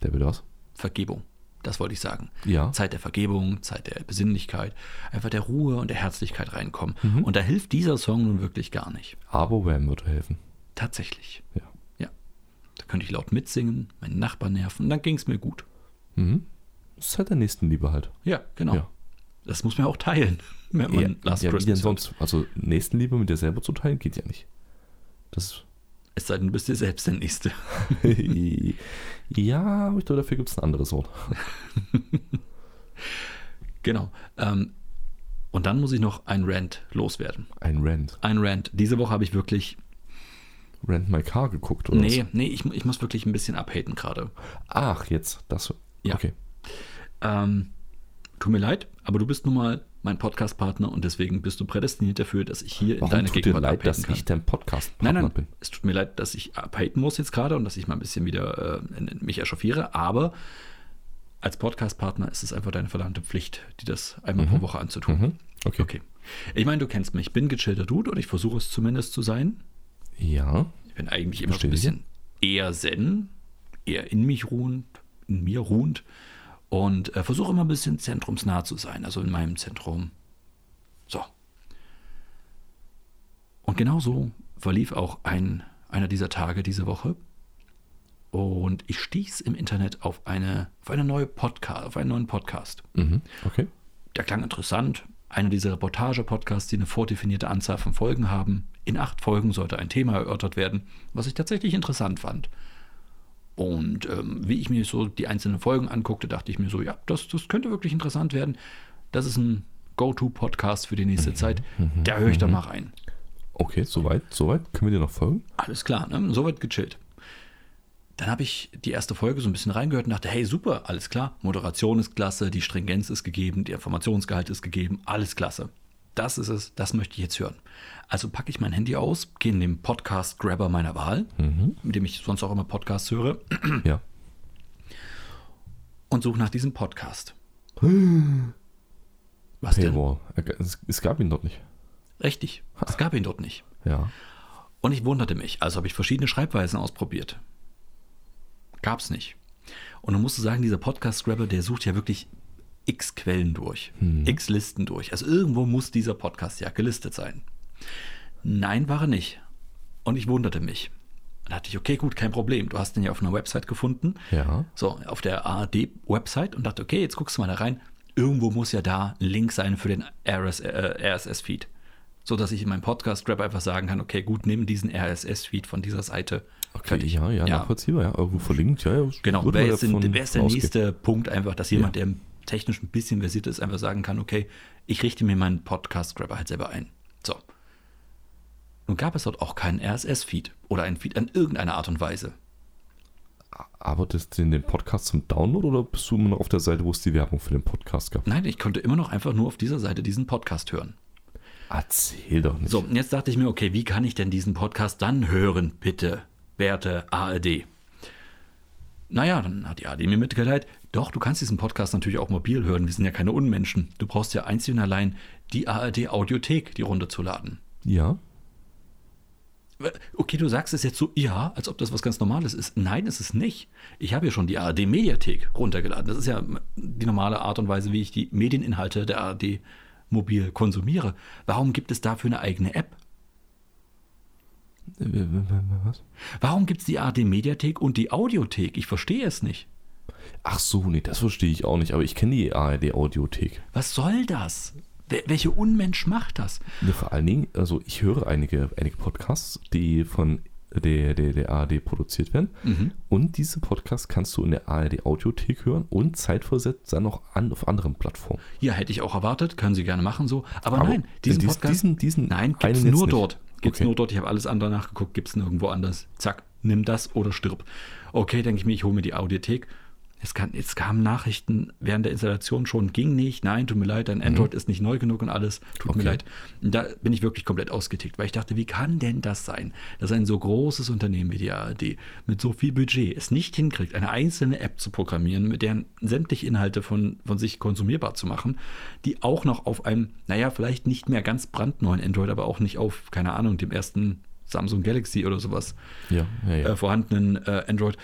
S2: bitte was?
S1: Vergebung. Das wollte ich sagen.
S2: Ja.
S1: Zeit der Vergebung, Zeit der Besinnlichkeit, einfach der Ruhe und der Herzlichkeit reinkommen.
S2: Mhm.
S1: Und da hilft dieser Song nun wirklich gar nicht.
S2: Aber Wham würde helfen.
S1: Tatsächlich.
S2: Ja.
S1: Ja. Da könnte ich laut mitsingen, meinen Nachbarn nerven, und dann ging es mir gut.
S2: Mhm. Das ist halt der Nächstenliebe halt.
S1: Ja, genau.
S2: Ja.
S1: Das muss man auch teilen, wenn man Last
S2: ja, wie denn
S1: Christmas hört.
S2: sonst? Also Nächstenliebe mit dir selber zu teilen, geht ja nicht. Das
S1: Es sei denn, du bist dir selbst der Nächste.
S2: Ja, aber ich glaube, dafür gibt es ein anderes Wort.
S1: genau. Ähm, Und dann muss ich noch ein Rant loswerden.
S2: Ein Rent.
S1: Ein Rant. Diese Woche habe ich wirklich.
S2: Rent My Car geguckt, oder?
S1: Nee, nee, ich, mu- ich muss wirklich ein bisschen abhaten gerade.
S2: was? Ach, jetzt. Das.
S1: Ja.
S2: Okay.
S1: Ähm, tut mir leid, aber du bist nun mal mein Podcast-Partner und deswegen bist du prädestiniert dafür, dass ich hier
S2: Warum
S1: in deiner
S2: tut dir
S1: Gegenwart
S2: leid,
S1: abhaten
S2: dass
S1: kann.
S2: ich dein Podcast-Partner
S1: Nein, nein,
S2: bin?
S1: es tut mir leid, dass ich abhaten muss jetzt gerade und dass ich mal ein bisschen wieder äh, in- in mich echauffiere, aber als Podcast-Partner ist es einfach deine verdammte Pflicht, dir das einmal pro Woche anzutun.
S2: Mhm. Okay.
S1: Okay. Ich meine, du kennst mich, ich bin gechillter Dude und ich versuche es zumindest zu sein.
S2: Ja.
S1: Ich bin eigentlich immer so ein
S2: Bestätige.
S1: bisschen eher zen, eher in mich ruhend, in mir ruhend und äh, versuche immer ein bisschen zentrumsnah zu sein, also in meinem Zentrum. So. Und genau so verlief auch ein, einer dieser Tage diese Woche. Und ich stieß im Internet auf eine, auf eine neue Podcast, auf einen neuen Podcast.
S2: Mhm. Okay.
S1: Der klang interessant. Einer dieser Reportage-Podcasts, die eine vordefinierte Anzahl von Folgen haben. In acht Folgen sollte ein Thema erörtert werden, was ich tatsächlich interessant fand. Und ähm, wie ich mir so die einzelnen Folgen anguckte, dachte ich mir so, ja, das, das könnte wirklich interessant werden. Das ist ein Go-To-Podcast für die nächste Zeit. Da höre ich dann mal rein.
S2: Okay, soweit, soweit. Können wir dir noch folgen?
S1: Alles klar, ne? soweit gechillt. Dann habe ich die erste Folge so ein bisschen reingehört und dachte, hey, super, alles klar. Moderation ist klasse, die Stringenz ist gegeben, der Informationsgehalt ist gegeben, alles klasse. Das ist es, das möchte ich jetzt hören. Also packe ich mein Handy aus, gehe in den Podcast-Grabber meiner Wahl, mit dem ich sonst auch immer Podcasts höre,
S2: Ja.
S1: und suche nach diesem Podcast. Was denn?
S2: Paywall. Äh, Es, es gab ihn dort nicht.
S1: Richtig, es gab ihn dort nicht.
S2: Ja.
S1: Und ich wunderte mich, also habe ich verschiedene Schreibweisen ausprobiert. Gab's nicht. Und man musste sagen, dieser Podcast-Scrabble, der sucht ja wirklich x Quellen durch,
S2: Hm.
S1: x Listen durch. Also irgendwo muss dieser Podcast ja gelistet sein. Nein, war er nicht. Und ich wunderte mich. Dann dachte ich, okay, gut, kein Problem. Du hast den ja auf einer Website gefunden.
S2: Ja.
S1: So, auf der ARD-Website und dachte, okay, jetzt guckst du mal da rein. Irgendwo muss ja da ein Link sein für den RS, äh, RSS-Feed. So dass ich in meinem Podcast-Grab einfach sagen kann, okay, gut, nimm diesen RSS-Feed von dieser Seite.
S2: Okay,
S1: Fertig.
S2: ja, ja,
S1: Ja.
S2: nachvollziehbar, ja. Irgendwo verlinkt, ja, ja.
S1: Genau,
S2: Wird
S1: wer
S2: man
S1: ist, denn-
S2: davon
S1: wer ist der
S2: ausgehen.
S1: nächste Punkt einfach, dass jemand, der technisch ein bisschen versiert ist, einfach sagen kann, okay, ich richte mir meinen Podcast-Grabber halt selber ein. So. Nun gab es dort auch keinen RSS-Feed oder einen Feed an irgendeiner Art und Weise.
S2: Arbeitest du in dem Podcast zum Download oder bist du immer noch auf der Seite, wo es die Werbung für den Podcast gab?
S1: Nein, ich konnte immer noch einfach nur auf dieser Seite diesen Podcast hören.
S2: Erzähl doch nicht.
S1: So, und jetzt dachte ich mir, okay, wie kann ich denn diesen Podcast dann hören, bitte, werte ARD? Naja, dann hat die ARD mir mitgeteilt, doch, du kannst diesen Podcast natürlich auch mobil hören, wir sind ja keine Unmenschen. Du brauchst ja einzig und allein die ARD-Audiothek, die runterzuladen.
S2: Ja,
S1: Okay, du sagst es jetzt so, ja, als ob das was ganz Normales ist. Nein, ist es nicht. Ich habe ja schon die ARD-Mediathek runtergeladen. Das ist ja die normale Art und Weise, wie ich die Medieninhalte der ARD mobil konsumiere. Warum gibt es dafür eine eigene App?
S2: Äh, w- w- w- was?
S1: Warum gibt es die ARD-Mediathek und die Audiothek? Ich verstehe es nicht.
S2: Ach so, nee, das verstehe ich auch nicht, aber ich kenne die ARD-Audiothek.
S1: Was soll das? Wel- Welche Unmensch macht das?
S2: Ja, vor allen Dingen, also ich höre einige, einige Podcasts, die von der, der, der ARD produziert werden. Und diese Podcasts kannst du in der ARD-Audiothek hören und zeitversetzt dann auch an, auf anderen Plattformen.
S1: Ja, hätte ich auch erwartet, können Sie gerne machen so. Aber,
S2: Aber
S1: nein, diesen
S2: dies-
S1: Podcast.
S2: diesen- diesen
S1: nein, gibt es
S2: einen jetzt
S1: nur
S2: nicht.
S1: dort. Gibt es
S2: Okay.
S1: nur dort. Ich habe alles andere nachgeguckt, gibt es nirgendwo anders. Zack, nimm das oder stirb. Okay, denke ich mir, ich hole mir die Audiothek. Es, kann, es kamen Nachrichten während der Installation schon, ging nicht, nein, tut mir leid, dein Android ist nicht neu genug und alles, tut mir
S2: Mhm. Okay.
S1: leid. Und Da bin ich wirklich komplett ausgetickt, weil ich dachte, wie kann denn das sein, dass ein so großes Unternehmen wie die ARD mit so viel Budget es nicht hinkriegt, eine einzelne App zu programmieren, mit deren sämtliche Inhalte von, von sich konsumierbar zu machen, die auch noch auf einem, naja, vielleicht nicht mehr ganz brandneuen Android, aber auch nicht auf, keine Ahnung, dem ersten Samsung Galaxy oder sowas
S2: Ja, ja, ja.
S1: äh, vorhandenen äh, Android,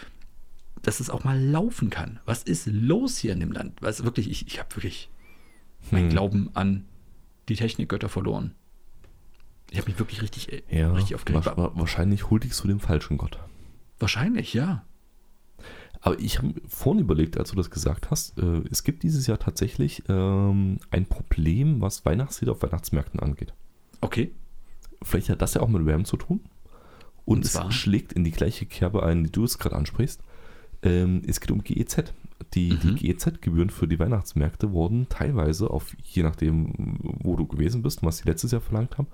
S1: dass es auch mal laufen kann. Was ist los hier in dem Land? Was wirklich, ich, ich habe wirklich
S2: Hm.
S1: meinen Glauben an die Technikgötter verloren. Ich habe mich wirklich richtig, äh,
S2: ja
S1: richtig aufgeregt.
S2: wa- wa- wahrscheinlich huldigst du dem falschen Gott.
S1: Wahrscheinlich, ja.
S2: Aber ich habe vorhin überlegt, als du das gesagt hast, äh, es gibt dieses Jahr tatsächlich ähm, ein Problem, was Weihnachtslieder auf Weihnachtsmärkten angeht.
S1: Okay.
S2: Vielleicht hat das ja auch mit RAM zu tun. Und,
S1: Und
S2: es
S1: zwar?
S2: schlägt in die gleiche Kerbe ein, die du es gerade ansprichst. Ähm, es geht um GEZ. Die,
S1: Mhm.
S2: die GEZ-Gebühren für die Weihnachtsmärkte wurden teilweise auf, je nachdem, wo du gewesen bist und was sie letztes Jahr verlangt haben,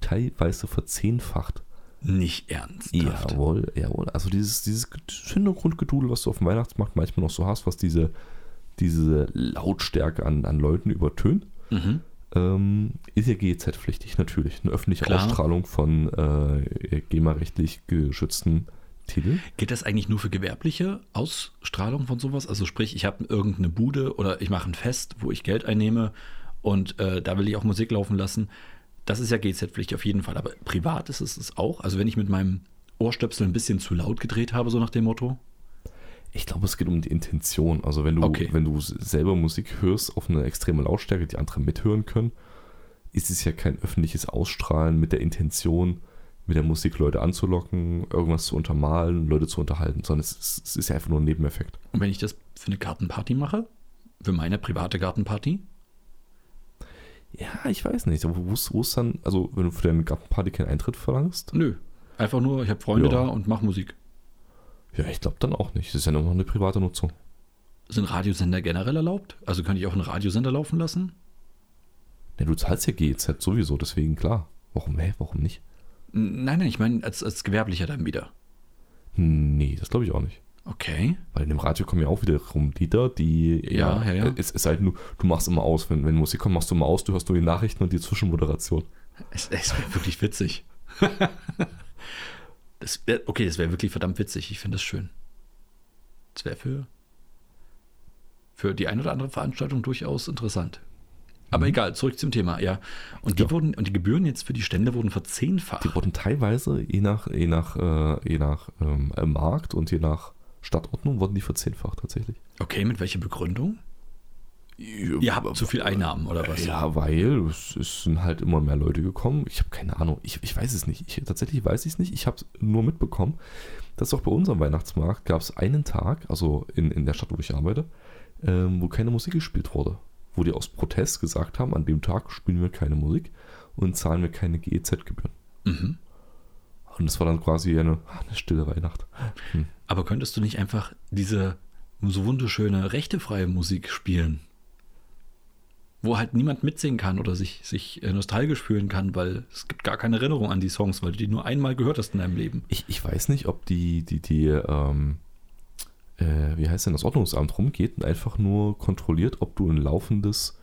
S2: teilweise verzehnfacht.
S1: Nicht ernsthaft.
S2: Jawohl, jawohl. Also dieses, dieses Hintergrundgedudel, was du auf dem Weihnachtsmarkt manchmal noch so hast, was diese, diese Lautstärke an, an Leuten übertönt,
S1: Mhm.
S2: ähm, ist ja GEZ-pflichtig, natürlich. Eine öffentliche
S1: Klar.
S2: Ausstrahlung von äh, GEMA-rechtlich geschützten Titeln.
S1: Geht das eigentlich nur für gewerbliche Ausstrahlung von sowas? Also sprich, ich habe irgendeine Bude oder ich mache ein Fest, wo ich Geld einnehme und äh, da will ich auch Musik laufen lassen. Das ist ja GZ-Pflicht auf jeden Fall. Aber privat ist es es auch. Also wenn ich mit meinem Ohrstöpsel ein bisschen zu laut gedreht habe, so nach dem Motto.
S2: Ich glaube, es geht um die Intention. Also wenn du,
S1: Okay.
S2: wenn du selber Musik hörst auf eine extreme Lautstärke, die andere mithören können, ist es ja kein öffentliches Ausstrahlen mit der Intention, mit der Musik Leute anzulocken, irgendwas zu untermalen, Leute zu unterhalten, sondern es ist, es ist ja einfach nur ein Nebeneffekt.
S1: Und wenn ich das für eine Gartenparty mache, für meine private Gartenparty,
S2: Ja, ich weiß nicht. Aber wo ist wo ist dann, also wenn du für deine Gartenparty keinen Eintritt verlangst?
S1: nö. Einfach nur, ich habe Freunde da
S2: Ja.
S1: und mache Musik.
S2: Ja, ich glaube dann auch nicht. Das ist ja nochmal eine private Nutzung.
S1: Sind Radiosender generell erlaubt? Also könnte ich auch einen Radiosender laufen lassen?
S2: Ja, du zahlst ja GEZ sowieso, deswegen klar. Warum, hä, warum nicht?
S1: N- Nein, nein, ich meine als, als Gewerblicher dann wieder.
S2: Nee, das glaube ich auch nicht.
S1: Okay.
S2: Weil in dem Radio kommen ja auch wiederum Lieder, die.
S1: Ja, ja, ja.
S2: Es, es sei denn, du, du machst immer aus. Wenn, wenn Musik kommt, machst du immer aus, du hörst nur die Nachrichten und die Zwischenmoderation.
S1: Es, es wäre wirklich witzig. das wär, okay, das wäre wirklich verdammt witzig. Ich finde das schön. Das wäre für, für die ein oder andere Veranstaltung durchaus interessant. Aber egal, zurück zum Thema, Mhm. ja. Und die
S2: Ja.
S1: wurden, und die Gebühren jetzt für die Stände wurden
S2: Die
S1: verzehnfacht.
S2: wurden teilweise, je nach, je nach, äh, je nach ähm, Markt und je nach Stadtordnung, wurden die verzehnfacht tatsächlich.
S1: Okay, mit welcher Begründung? Ihr habt zu viel Einnahmen, oder was?
S2: Ja, weil es, es sind halt immer mehr Leute gekommen. Ich habe keine Ahnung. Ich, ich weiß es nicht. Ich, tatsächlich weiß ich es nicht. Ich habe nur mitbekommen, dass auch bei unserem Weihnachtsmarkt gab es einen Tag, also in, in der Stadt, wo ich arbeite, ähm, wo keine Musik gespielt wurde. Wo die aus Protest gesagt haben, an dem Tag spielen wir keine Musik und zahlen wir keine GEZ-Gebühren.
S1: Mhm.
S2: Und das war dann quasi eine, eine stille Weihnacht.
S1: Aber könntest du nicht einfach diese so wunderschöne, rechtefreie Musik spielen? Wo halt niemand mitsingen kann oder sich, sich äh, nostalgisch fühlen kann, weil es gibt gar keine Erinnerung an die Songs, weil du die nur einmal gehört hast in deinem Leben.
S2: Ich, ich weiß nicht, ob die, die, die, ähm, äh, wie heißt denn das Ordnungsamt rumgeht und einfach nur kontrolliert, ob du ein laufendes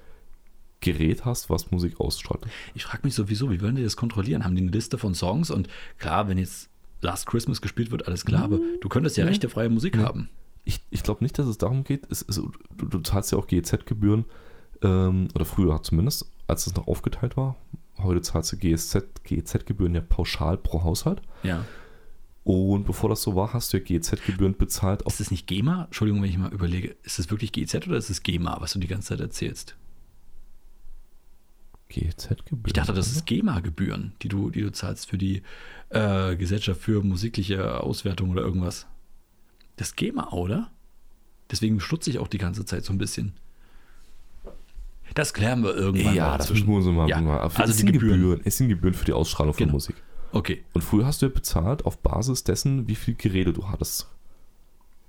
S2: Gerät hast, was Musik ausstrahlt.
S1: Ich frage mich sowieso, wie wollen die das kontrollieren? Haben die eine Liste von Songs? Und klar, wenn jetzt Last Christmas gespielt wird, alles klar, aber du könntest ja
S2: Ja.
S1: rechtefreie Musik haben.
S2: Ich, ich glaube nicht, dass es darum geht. Es, es, du, du zahlst ja auch GEZ-Gebühren, ähm, oder früher zumindest, als es noch aufgeteilt war. Heute zahlst du GEZ GEZ-Gebühren ja pauschal pro Haushalt.
S1: Ja.
S2: Und bevor das so war, hast du ja GEZ-Gebühren bezahlt auf
S1: Ist das nicht GEMA? Entschuldigung, wenn ich mal überlege, ist das wirklich GEZ oder ist es GEMA, was du die ganze Zeit erzählst?
S2: GEZ-Gebühren.
S1: Ich dachte, das ist GEMA-Gebühren, die du, die du zahlst für die äh, Gesellschaft für musikliche Auswertung oder irgendwas. Das ist GEMA, oder? Deswegen stutze ich auch die ganze Zeit so ein bisschen. Das klären wir irgendwann
S2: Ja,
S1: mal
S2: das
S1: zwischen.
S2: müssen wir uns mal.
S1: Ja,
S2: mal- aber
S1: also
S2: es
S1: die
S2: sind
S1: Gebühren.
S2: Es sind Gebühren für die Ausstrahlung von
S1: Genau.
S2: Musik.
S1: Okay,
S2: Und früher hast du ja bezahlt auf Basis dessen, wie viel Geräte du hattest.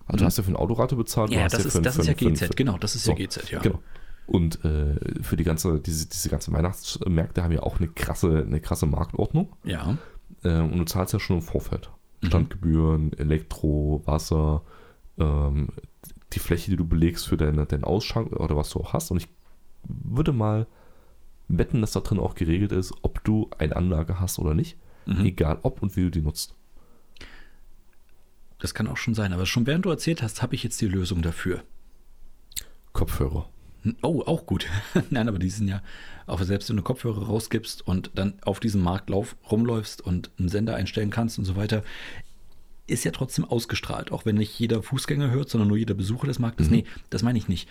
S2: Also du
S1: Mhm.
S2: hast ja für eine Autorate bezahlt. du
S1: ja,
S2: hast
S1: das,
S2: für
S1: ist,
S2: ein-
S1: das
S2: für
S1: ist ja
S2: ein- für ein-
S1: GZ, genau, das ist ja
S2: So,
S1: GZ, ja.
S2: Genau. Und äh, für die ganze, diese, diese ganzen Weihnachtsmärkte haben ja auch eine krasse, eine krasse Marktordnung.
S1: Ja,
S2: Ähm, und du zahlst ja schon im Vorfeld.
S1: Mhm.
S2: Standgebühren, Elektro, Wasser, ähm, die Fläche, die du belegst für deine, deinen Ausschank oder was du auch hast. Und ich würde mal wetten, dass da drin auch geregelt ist, ob du eine Anlage hast oder nicht.
S1: Mhm.
S2: Egal ob und wie du die nutzt.
S1: das kann auch schon sein. Aber schon während du erzählt hast, habe ich jetzt die Lösung dafür.
S2: Kopfhörer.
S1: Oh, auch gut. Nein, aber die sind ja, auch selbst wenn du Kopfhörer rausgibst und dann auf diesem Markt lauf, rumläufst und einen Sender einstellen kannst und so weiter, ist ja trotzdem ausgestrahlt. Auch wenn nicht jeder Fußgänger hört, sondern nur jeder Besucher des Marktes. Nee, das meine ich nicht.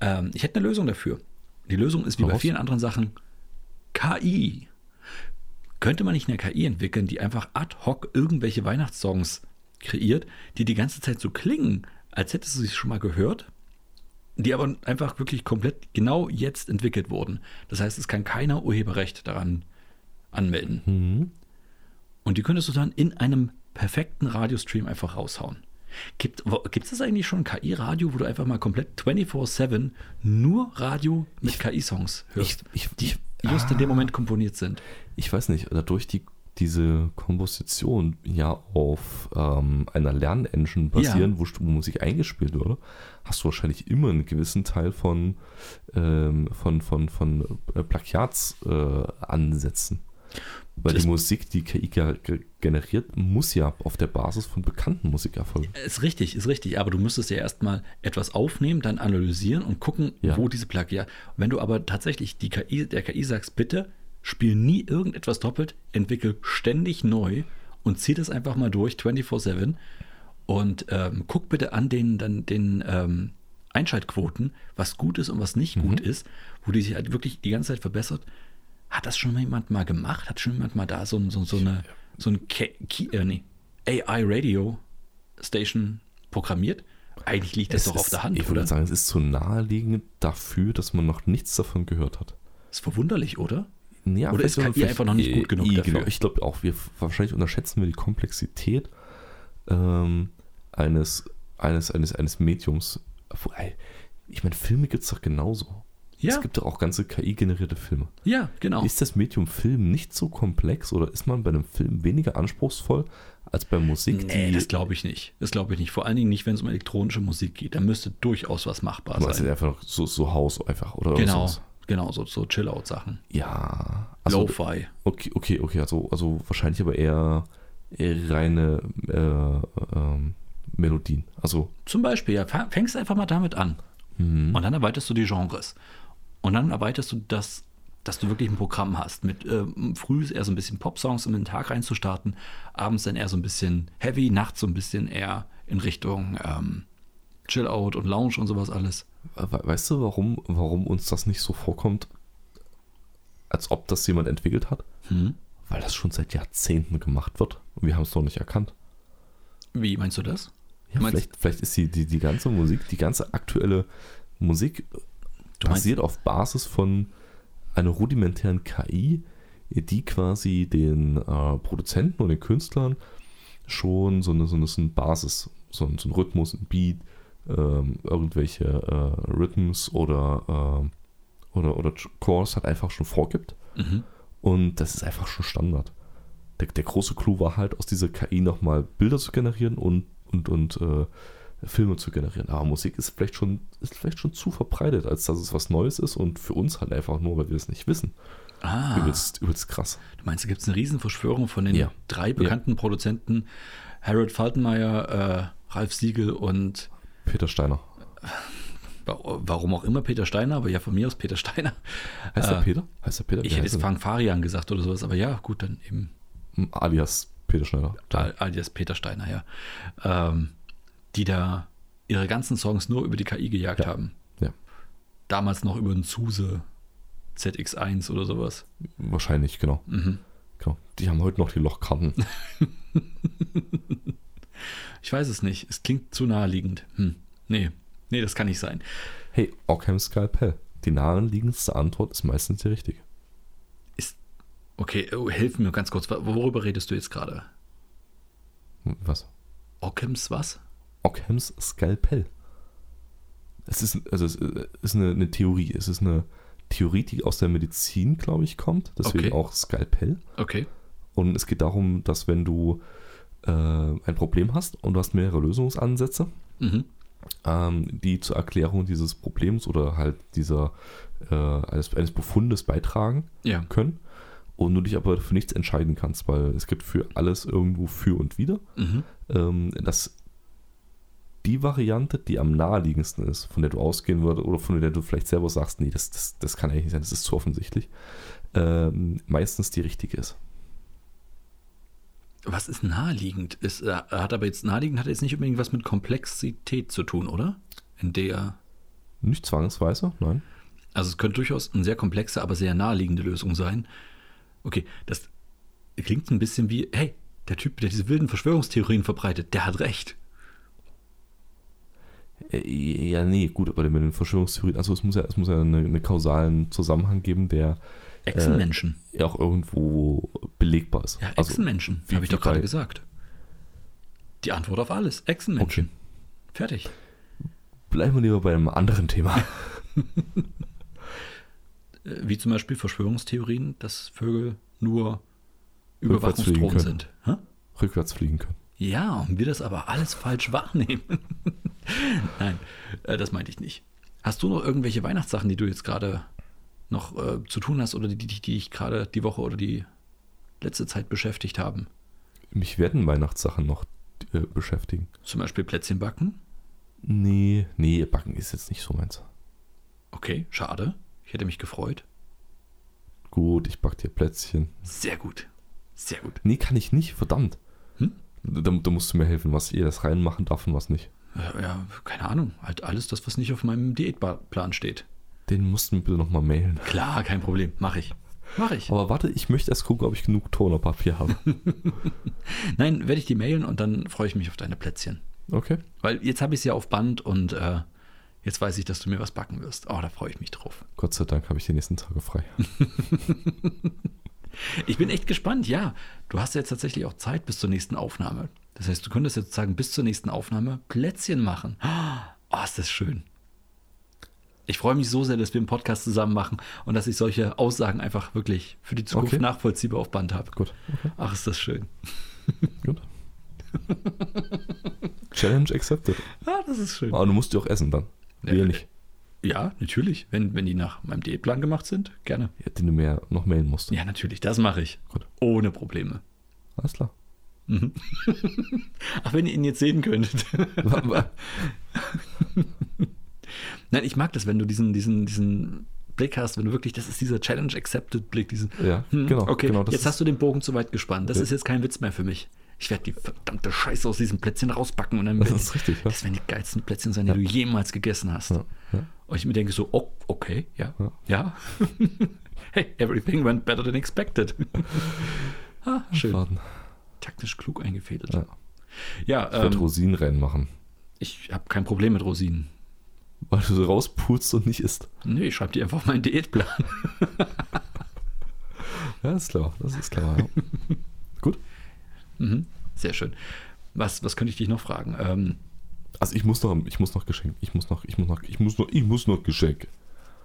S1: Ähm, ich hätte eine Lösung dafür. Die Lösung ist wie bei
S2: Voraus-
S1: vielen anderen Sachen KI. Könnte man nicht eine KI entwickeln, die einfach ad hoc irgendwelche Weihnachtssongs kreiert, die die ganze Zeit so klingen, als hättest du sie schon mal gehört, die aber einfach wirklich komplett genau jetzt entwickelt wurden. Das heißt, es kann keiner Urheberrecht daran
S2: Mhm.
S1: anmelden. Und die könntest du dann in einem perfekten Radiostream einfach raushauen. Gibt es das eigentlich schon KI-Radio, wo du einfach mal komplett 24-7 nur Radio mit KI-Songs hörst,
S2: Ich, ich,
S1: die
S2: ich,
S1: just in
S2: ah.
S1: dem Moment komponiert sind?
S2: ich weiß nicht, dadurch die, diese Komposition ja auf ähm, einer Lernengine basieren, wo, Stu- wo Musik eingespielt wurde, hast du wahrscheinlich immer einen gewissen Teil von, ähm, von, von, von äh, Plakatsansätzen. Äh, Ansätzen. Weil
S1: Das-
S2: die Musik, die KI ge- ge- generiert, muss ja auf der Basis von bekannten Musik erfolgen.
S1: Ist richtig, ist richtig, aber du müsstest ja erstmal etwas aufnehmen, dann analysieren und gucken,
S2: Ja.
S1: wo diese Plagiat. Wenn du aber tatsächlich die KI, der KI sagst, bitte spiel nie irgendetwas doppelt, entwickel ständig neu und zieh das einfach mal durch 24/7 und ähm, guck bitte an den, dann, den ähm, Einschaltquoten, was gut ist und was nicht
S2: Mhm.
S1: gut ist, wo die sich halt wirklich die ganze Zeit verbessert. Hat das schon mal jemand mal gemacht? Hat schon jemand mal da so, ein- so, so eine so ein Ke- Ke- äh, nee, AI Radio Station programmiert? Eigentlich liegt das doch auf
S2: ist-
S1: der Hand,
S2: Ich
S1: oder?
S2: würde sagen, es ist zu naheliegend dafür, dass man noch nichts davon gehört hat.
S1: Ist verwunderlich, oder?
S2: Nee, aber
S1: Oder ist
S2: vielleicht sogar
S1: KI einfach noch nicht gut genug
S2: I,
S1: dafür?
S2: genau. Ich glaube auch, wir wahrscheinlich unterschätzen wir die Komplexität ähm, eines, eines, eines, eines Mediums. Obwohl, ey, Ich meine, Filme gibt es doch genauso.
S1: Ja.
S2: Es gibt doch auch ganze KI-generierte Filme.
S1: Ja, genau.
S2: Ist das Medium Film nicht so komplex oder ist man bei einem Film weniger anspruchsvoll als bei Musik,
S1: Nee,
S2: die
S1: das glaube ich nicht. Das glaube ich nicht. Vor allen Dingen nicht, wenn es um elektronische Musik geht. Da müsste durchaus was machbar
S2: man ist
S1: sein.
S2: einfach noch so, so Haus einfach oder
S1: Genau,
S2: sowas.
S1: genau, so, so Chill-Out-Sachen.
S2: Ja. also Ach so,
S1: Lo-Fi.
S2: Okay, okay, okay, also, also wahrscheinlich aber eher, eher reine äh, ähm, Melodien. Also,
S1: Zum Beispiel, ja, fa- fängst einfach mal damit an.
S2: Mhm.
S1: Und dann erweiterst du die Genres. Und dann erweiterst du das, dass du wirklich ein Programm hast. Mit ähm, früh eher so ein bisschen Pop-Songs, um in den Tag reinzustarten. Abends dann eher so ein bisschen heavy, nachts so ein bisschen eher in Richtung ähm, Chill-Out und Lounge und sowas alles.
S2: we- weißt du, warum, warum uns das nicht so vorkommt, als ob das jemand entwickelt hat?
S1: Hm?
S2: Weil das schon seit Jahrzehnten gemacht wird und wir haben es noch nicht erkannt.
S1: Wie meinst du das?
S2: Ja,
S1: Meinst-
S2: vielleicht, vielleicht ist die, die, die ganze Musik, die ganze aktuelle Musik
S1: meinst-
S2: basiert auf Basis von einer rudimentären KI, die quasi den äh, Produzenten und den Künstlern schon so eine, so eine, so eine Basis, so ein, so ein Rhythmus, ein Beat, ähm, irgendwelche äh, Rhythms oder, ähm, oder, oder Chords halt einfach schon vorgibt.
S1: Mhm.
S2: Und das ist einfach schon Standard. Der, der große Clou war halt, aus dieser KI nochmal Bilder zu generieren und, und, und äh, Filme zu generieren. Aber Musik ist vielleicht, schon, ist vielleicht schon zu verbreitet, als dass es was Neues ist und für uns halt einfach nur, weil wir es nicht wissen.
S1: Ah.
S2: Übelst, übelst krass.
S1: Du meinst, da gibt es eine Riesenverschwörung von den
S2: Ja.
S1: drei bekannten Produzenten, Harold Faltenmeyer, äh, Ralf Siegel und
S2: Peter Steiner.
S1: wa- warum auch immer Peter Steiner, aber ja von mir aus Peter Steiner.
S2: Heißt
S1: Äh,
S2: der Peter? Heißt der Peter? Wie
S1: Ich hätte
S2: heißt
S1: jetzt
S2: er
S1: Frank Farian gesagt oder sowas, aber ja, gut, dann eben
S2: denn? Alias Peter Schneider.
S1: Al- alias Peter Steiner, ja. Ähm, die da ihre ganzen Songs nur über die KI gejagt haben.
S2: Ja.
S1: Damals noch über den Zuse ZX1 oder sowas. Mhm.
S2: Wahrscheinlich, genau. genau. Die haben heute noch die Lochkarten.
S1: Ich weiß es nicht. Es klingt zu naheliegend. Hm. Nee. Nee, das kann nicht sein.
S2: hey, Ockham Skalpell. Die naheliegendste Antwort ist meistens die richtige.
S1: Ist. Okay, oh, hilf mir ganz kurz. Wa- Worüber redest du jetzt gerade?
S2: Hm, Was?
S1: Ockhams was?
S2: Ockhams Skalpell. Es ist, also es ist eine, eine Theorie. Es ist eine Theorie, die aus der Medizin, glaube ich, kommt. Deswegen
S1: Okay.
S2: auch Skalpell.
S1: Okay.
S2: Und es geht darum, dass wenn du äh, ein Problem hast und du hast mehrere Lösungsansätze,
S1: Mhm.
S2: ähm, die zur Erklärung dieses Problems oder halt dieser äh, eines, eines Befundes beitragen
S1: Ja.
S2: können und du dich aber für nichts entscheiden kannst, weil es gibt für alles irgendwo für und wider
S1: Mhm.
S2: ähm, dass die Variante, die am naheliegendsten ist, von der du ausgehen würdest oder von der du vielleicht selber sagst, nee, das, das, das kann eigentlich nicht sein, das ist zu offensichtlich, ähm, meistens die richtige ist.
S1: Was ist naheliegend? Ist, äh, hat aber jetzt naheliegend hat jetzt nicht unbedingt was mit Komplexität zu tun, oder? In der
S2: Nicht zwangsweise, nein.
S1: also es könnte durchaus eine sehr komplexe, aber sehr naheliegende Lösung sein. Okay, das klingt ein bisschen wie hey, der Typ, der diese wilden Verschwörungstheorien verbreitet, der hat recht.
S2: Äh, Ja, nee, gut, aber mit den Verschwörungstheorien, also es muss ja, es muss ja einen, einen kausalen Zusammenhang geben, der
S1: Echsenmenschen.
S2: ja auch irgendwo belegbar ist.
S1: ja,
S2: Äh, also,
S1: Echsenmenschen,
S2: wie-
S1: habe ich
S2: wie
S1: doch gerade
S2: bei-
S1: gesagt. Die Antwort auf alles. Echsenmenschen. Fertig.
S2: Bleiben wir lieber bei einem anderen Thema.
S1: Äh, Wie zum Beispiel Verschwörungstheorien, dass Vögel nur
S2: Rückwärts fliegen
S1: Überwachungsdrohnen
S2: können.
S1: sind. Hä?
S2: Rückwärts fliegen können.
S1: Ja, und wir das aber alles falsch wahrnehmen. Nein, äh, das meinte ich nicht. Hast du noch irgendwelche Weihnachtssachen, die du jetzt gerade noch äh, zu tun hast oder die, die, die dich gerade die Woche oder die letzte Zeit beschäftigt haben?
S2: Mich werden Weihnachtssachen noch äh, beschäftigen.
S1: Zum Beispiel Plätzchen backen?
S2: Nee, nee, Backen ist jetzt nicht so meins.
S1: Okay, schade. Ich hätte mich gefreut.
S2: Gut, ich back dir Plätzchen.
S1: Sehr gut. Sehr gut.
S2: Nee, kann ich nicht, verdammt.
S1: Hm?
S2: Da, da musst du mir helfen, was ihr das reinmachen darf und was nicht.
S1: Äh, ja, keine Ahnung. Halt alles das, was nicht auf meinem Diätplan steht.
S2: Den musst du mir bitte nochmal mailen.
S1: Klar, kein Problem. Mache ich. Mache ich.
S2: Aber warte, ich möchte erst gucken, ob ich genug Tonerpapier habe.
S1: Nein, werde ich die mailen und dann freue ich mich auf deine Plätzchen.
S2: Okay.
S1: Weil jetzt habe ich es ja auf Band und äh, jetzt weiß ich, dass du mir was backen wirst. Oh, da freue ich mich drauf.
S2: Gott sei Dank habe ich die nächsten Tage frei.
S1: Ich bin echt gespannt, ja. Du hast ja jetzt tatsächlich auch Zeit bis zur nächsten Aufnahme. Das heißt, du könntest jetzt sagen, bis zur nächsten Aufnahme Plätzchen machen. Oh, ist das schön. Ich freue mich so sehr, dass wir einen Podcast zusammen machen und dass ich solche Aussagen einfach wirklich für die Zukunft
S2: Okay.
S1: nachvollziehbar auf Band habe.
S2: Gut, okay,
S1: Ach, ist das schön.
S2: gut. Challenge accepted.
S1: Ah, das ist schön.
S2: Aber du musst die auch essen dann.
S1: Ja,
S2: Wir nicht.
S1: Ja, natürlich. Wenn, wenn die nach meinem Diätplan gemacht sind, gerne.
S2: Ja, Den du mir noch mailen musst.
S1: Ja, natürlich. Das mache ich.
S2: Gut.
S1: Ohne Probleme.
S2: Alles klar.
S1: Ach, wenn ihr ihn jetzt sehen könntet.
S2: Wa- wa-
S1: Nein, ich mag das, wenn du diesen, diesen, diesen Blick hast, wenn du wirklich, das ist dieser Challenge Accepted Blick, diesen.
S2: ja,
S1: Hm,
S2: genau.
S1: okay,
S2: genau das
S1: jetzt hast du den Bogen zu weit gespannt. Das
S2: Ja.
S1: ist jetzt kein Witz mehr für mich. Ich werde die verdammte Scheiße aus diesem Plätzchen rausbacken und dann
S2: Das
S1: werd
S2: ist richtig, ja.
S1: Das werden die geilsten Plätzchen sein, die du jemals gegessen hast.
S2: Ja, ja.
S1: Und ich mir denke so, oh, okay, ja, ja.
S2: Ja.
S1: hey, everything went better than expected. ah, schön.
S2: Warten.
S1: Taktisch klug eingefädelt.
S2: Ja.
S1: Ja,
S2: Ich werde
S1: ähm,
S2: Rosinen reinmachen.
S1: ich habe kein Problem mit Rosinen.
S2: Weil du sie rauspulst und nicht isst.
S1: Nee, ich schreibe die einfach auf meinen Diätplan.
S2: Ja, ist klar. Das ist klar. Ja. gut.
S1: Mhm. Sehr schön. Was, was könnte ich dich noch fragen? Ähm,
S2: Also ich muss noch, ich muss noch Geschenk. Ich muss noch, ich muss noch, ich muss noch, ich muss noch Geschenk.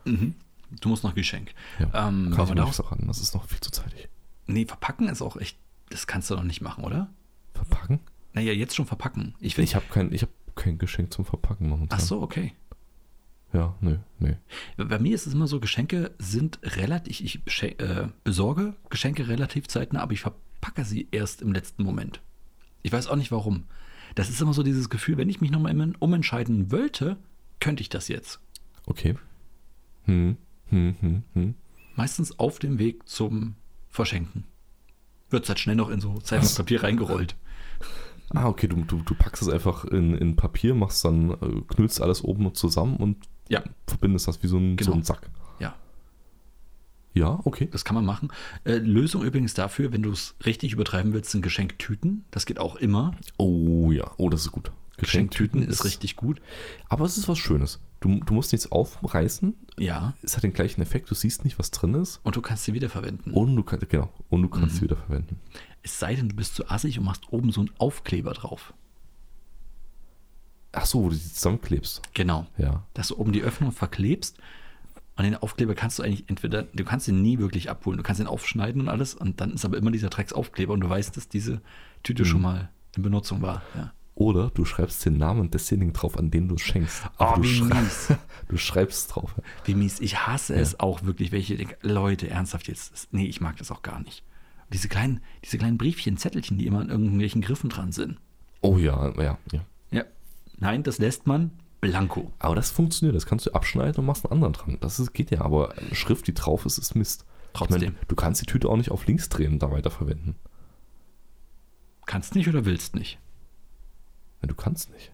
S1: mhm. du musst noch Geschenk.
S2: Ja,
S1: ähm, kann
S2: kann ich
S1: man
S2: mir
S1: da auch,
S2: nicht ran. Das ist noch viel zu zeitig.
S1: nee, verpacken ist auch echt, das kannst du doch nicht machen, oder?
S2: Verpacken?
S1: Naja, jetzt schon verpacken. Ich finde,
S2: Ich habe kein, ich habe kein Geschenk zum Verpacken momentan.
S1: ach so, okay.
S2: Ja, nö, nö.
S1: Bei mir ist es immer so, Geschenke sind relativ, ich schen- äh, besorge Geschenke relativ zeitnah, aber ich verpacke sie erst im letzten Moment. Ich weiß auch nicht warum. Das ist immer so dieses Gefühl, wenn ich mich nochmal umentscheiden wollte, könnte ich das jetzt.
S2: Okay. Hm, hm, hm, hm.
S1: meistens auf dem Weg zum Verschenken. Wird es halt schnell noch in so Zeitungspapier reingerollt.
S2: Ah, okay, du, du, du packst es einfach in, in Papier, machst dann, äh, knüllst alles oben zusammen und
S1: Ja.
S2: verbindest das wie so ein,
S1: Genau.
S2: so ein Sack.
S1: Ja,
S2: Ja, okay.
S1: das kann man machen. Äh, Lösung übrigens dafür, wenn du es richtig übertreiben willst, sind Geschenktüten. Das geht auch immer.
S2: Oh ja, oh, das ist gut.
S1: Geschenktüten ist richtig gut.
S2: Aber es ist was Schönes. Du, du musst nichts aufreißen.
S1: Ja.
S2: Es hat den gleichen Effekt. Du siehst nicht, was drin ist.
S1: Und du kannst sie wiederverwenden.
S2: Und du kannst, genau, und du kannst sie
S1: Mhm.
S2: wieder verwenden.
S1: Es sei denn, du bist zu assig und machst oben so einen Aufkleber drauf.
S2: Ach so, wo du sie zusammenklebst.
S1: Genau.
S2: Ja.
S1: Dass du oben die Öffnung verklebst. Und den Aufkleber kannst du eigentlich entweder, du kannst ihn nie wirklich abholen. Du kannst ihn aufschneiden und alles. Und dann ist aber immer dieser Drecksaufkleber. Und du weißt, dass diese Tüte schon mal in Benutzung war. Ja.
S2: Oder du schreibst den Namen desjenigen drauf, an den du es schenkst.
S1: Oh,
S2: du,
S1: wie
S2: schrei-
S1: mies.
S2: du schreibst drauf. ja.
S1: Wie mies. Ich hasse es auch wirklich, welche denken, Leute, ernsthaft jetzt. Das- Nee, ich mag das auch gar nicht. Und diese kleinen, diese kleinen Briefchen, Zettelchen, die immer an irgendwelchen Griffen dran sind.
S2: Oh ja, ja, ja.
S1: Ja. Nein, das lässt man blanko.
S2: Aber das funktioniert. Das kannst du abschneiden und machst einen anderen dran. Das ist, geht ja. Aber eine Schrift, die drauf ist, ist Mist. Ich
S1: Trotzdem.
S2: mein, du kannst die Tüte auch nicht auf links drehen und da weiterverwenden.
S1: Kannst nicht oder willst nicht.
S2: Ja, du kannst nicht.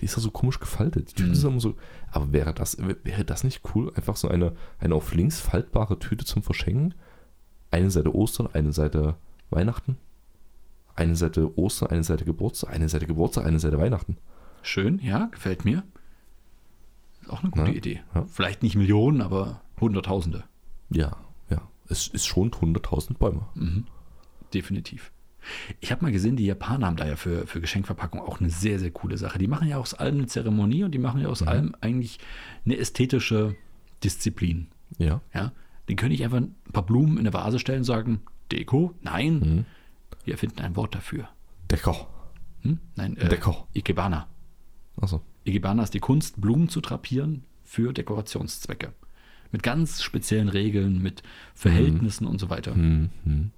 S2: Die ist ja so komisch gefaltet. Die Tüte ist immer so. Aber wäre das, wäre das nicht cool, einfach so eine, eine auf links faltbare Tüte zum Verschenken? Eine Seite Ostern, eine Seite Weihnachten. Eine Seite Ostern, eine Seite Geburtstag, eine Seite Geburtstag, eine Seite Weihnachten.
S1: Schön, ja, gefällt mir. Ist auch eine gute
S2: Ja,
S1: Idee.
S2: ja.
S1: Vielleicht nicht Millionen, aber Hunderttausende.
S2: Mhm. Ja, ja. Es ist schon 100.000 Bäume.
S1: Definitiv. Ich habe mal gesehen, die Japaner haben da ja für, für Geschenkverpackung auch eine sehr, sehr coole Sache. Die machen ja aus allem eine Zeremonie und die machen ja aus
S2: Mhm.
S1: allem eigentlich eine ästhetische Disziplin.
S2: Ja.
S1: Ja? Den könnte ich einfach ein paar Blumen in eine Vase stellen und sagen, Deko? Nein,
S2: Mhm.
S1: wir erfinden ein Wort dafür.
S2: Decker.
S1: Hm? Nein, äh,
S2: Deko.
S1: Ikebana.
S2: Achso.
S1: Ikebana ist die Kunst, Blumen zu drapieren für Dekorationszwecke. Mit ganz speziellen Regeln, mit Verhältnissen und so weiter.
S2: Mhm. Und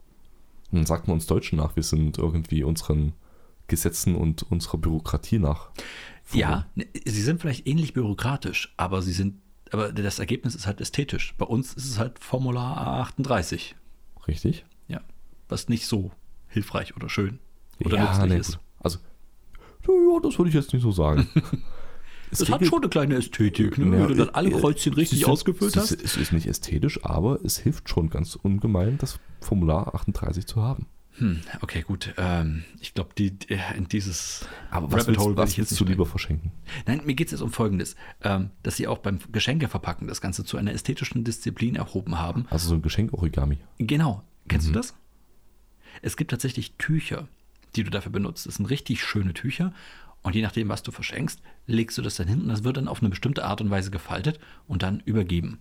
S2: dann sagt man uns Deutschen nach, wir sind irgendwie unseren Gesetzen und unserer Bürokratie nach.
S1: Ja, ne, sie sind vielleicht ähnlich bürokratisch, aber sie sind, aber das Ergebnis ist halt ästhetisch. Bei uns ist es halt Formular A38,
S2: Richtig?
S1: ja, was nicht so hilfreich oder schön oder nützlich
S2: nee,
S1: ist.
S2: gut. Also, ja, das würde ich jetzt nicht so sagen.
S1: Es hat schon eine kleine Ästhetik, ne? wenn du dann alle
S2: Äh,
S1: Kreuzchen richtig ausgefüllt
S2: es,
S1: hast.
S2: ist- Es ist nicht ästhetisch, aber es hilft schon ganz ungemein, das Formular 38 zu haben.
S1: Hm, okay, gut. Ähm, ich glaube, die, die- äh, in dieses
S2: Aber was
S1: Rabbit
S2: willst,
S1: Hole will
S2: was
S1: ich jetzt
S2: willst du
S1: nicht
S2: lieber verschenken?
S1: Nein, mir geht es jetzt um Folgendes, ähm, dass sie auch beim Geschenke verpacken das Ganze zu einer ästhetischen Disziplin erhoben haben.
S2: Also so ein Geschenk-Origami.
S1: Genau, kennst du das? Es gibt tatsächlich Tücher, die du dafür benutzt. Das sind richtig schöne Tücher und je nachdem, was du verschenkst, legst du das dann hin und das wird dann auf eine bestimmte Art und Weise gefaltet und dann übergeben.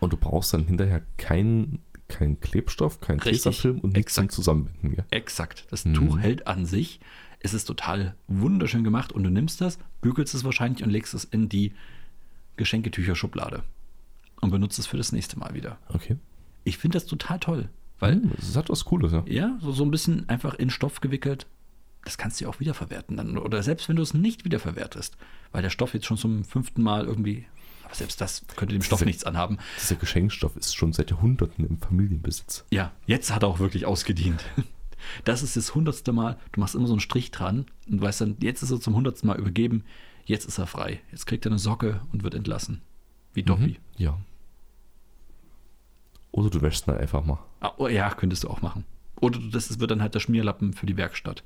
S2: Und du brauchst dann hinterher keinen kein Klebstoff, keinen
S1: Richtig,
S2: Tesafilm und nichts zum
S1: exakt.
S2: Zusammenbinden. Gell?
S1: Exakt, das Tuch hält an sich. Es ist total wunderschön gemacht und du nimmst das, bügelst es wahrscheinlich und legst es in die Geschenketücherschublade und benutzt es für das nächste Mal wieder.
S2: Okay.
S1: Ich finde das total toll, weil
S2: Weil hm, es hat was Cooles, ja.
S1: ja, so, so ein bisschen einfach in Stoff gewickelt. Das kannst du auch wiederverwerten dann. Oder selbst wenn du es nicht wiederverwertest, weil der Stoff jetzt schon zum fünften Mal irgendwie. Aber selbst das könnte dem Stoff
S2: Diese-
S1: nichts anhaben.
S2: Dieser Geschenkstoff ist schon seit Jahrhunderten im Familienbesitz.
S1: Ja, jetzt hat er auch wirklich ausgedient. Das ist das hundertste Mal. Du machst immer so einen Strich dran und weißt dann, jetzt ist er zum hundertsten Mal übergeben. Jetzt ist er frei. Jetzt kriegt er eine Socke und wird entlassen. Wie
S2: Mhm.
S1: Dobby.
S2: Ja. Oder du wäschst ihn halt einfach mal.
S1: Ah, oh, ja, könntest du auch machen. Oder du- das ist- wird dann halt der Schmierlappen für die Werkstatt.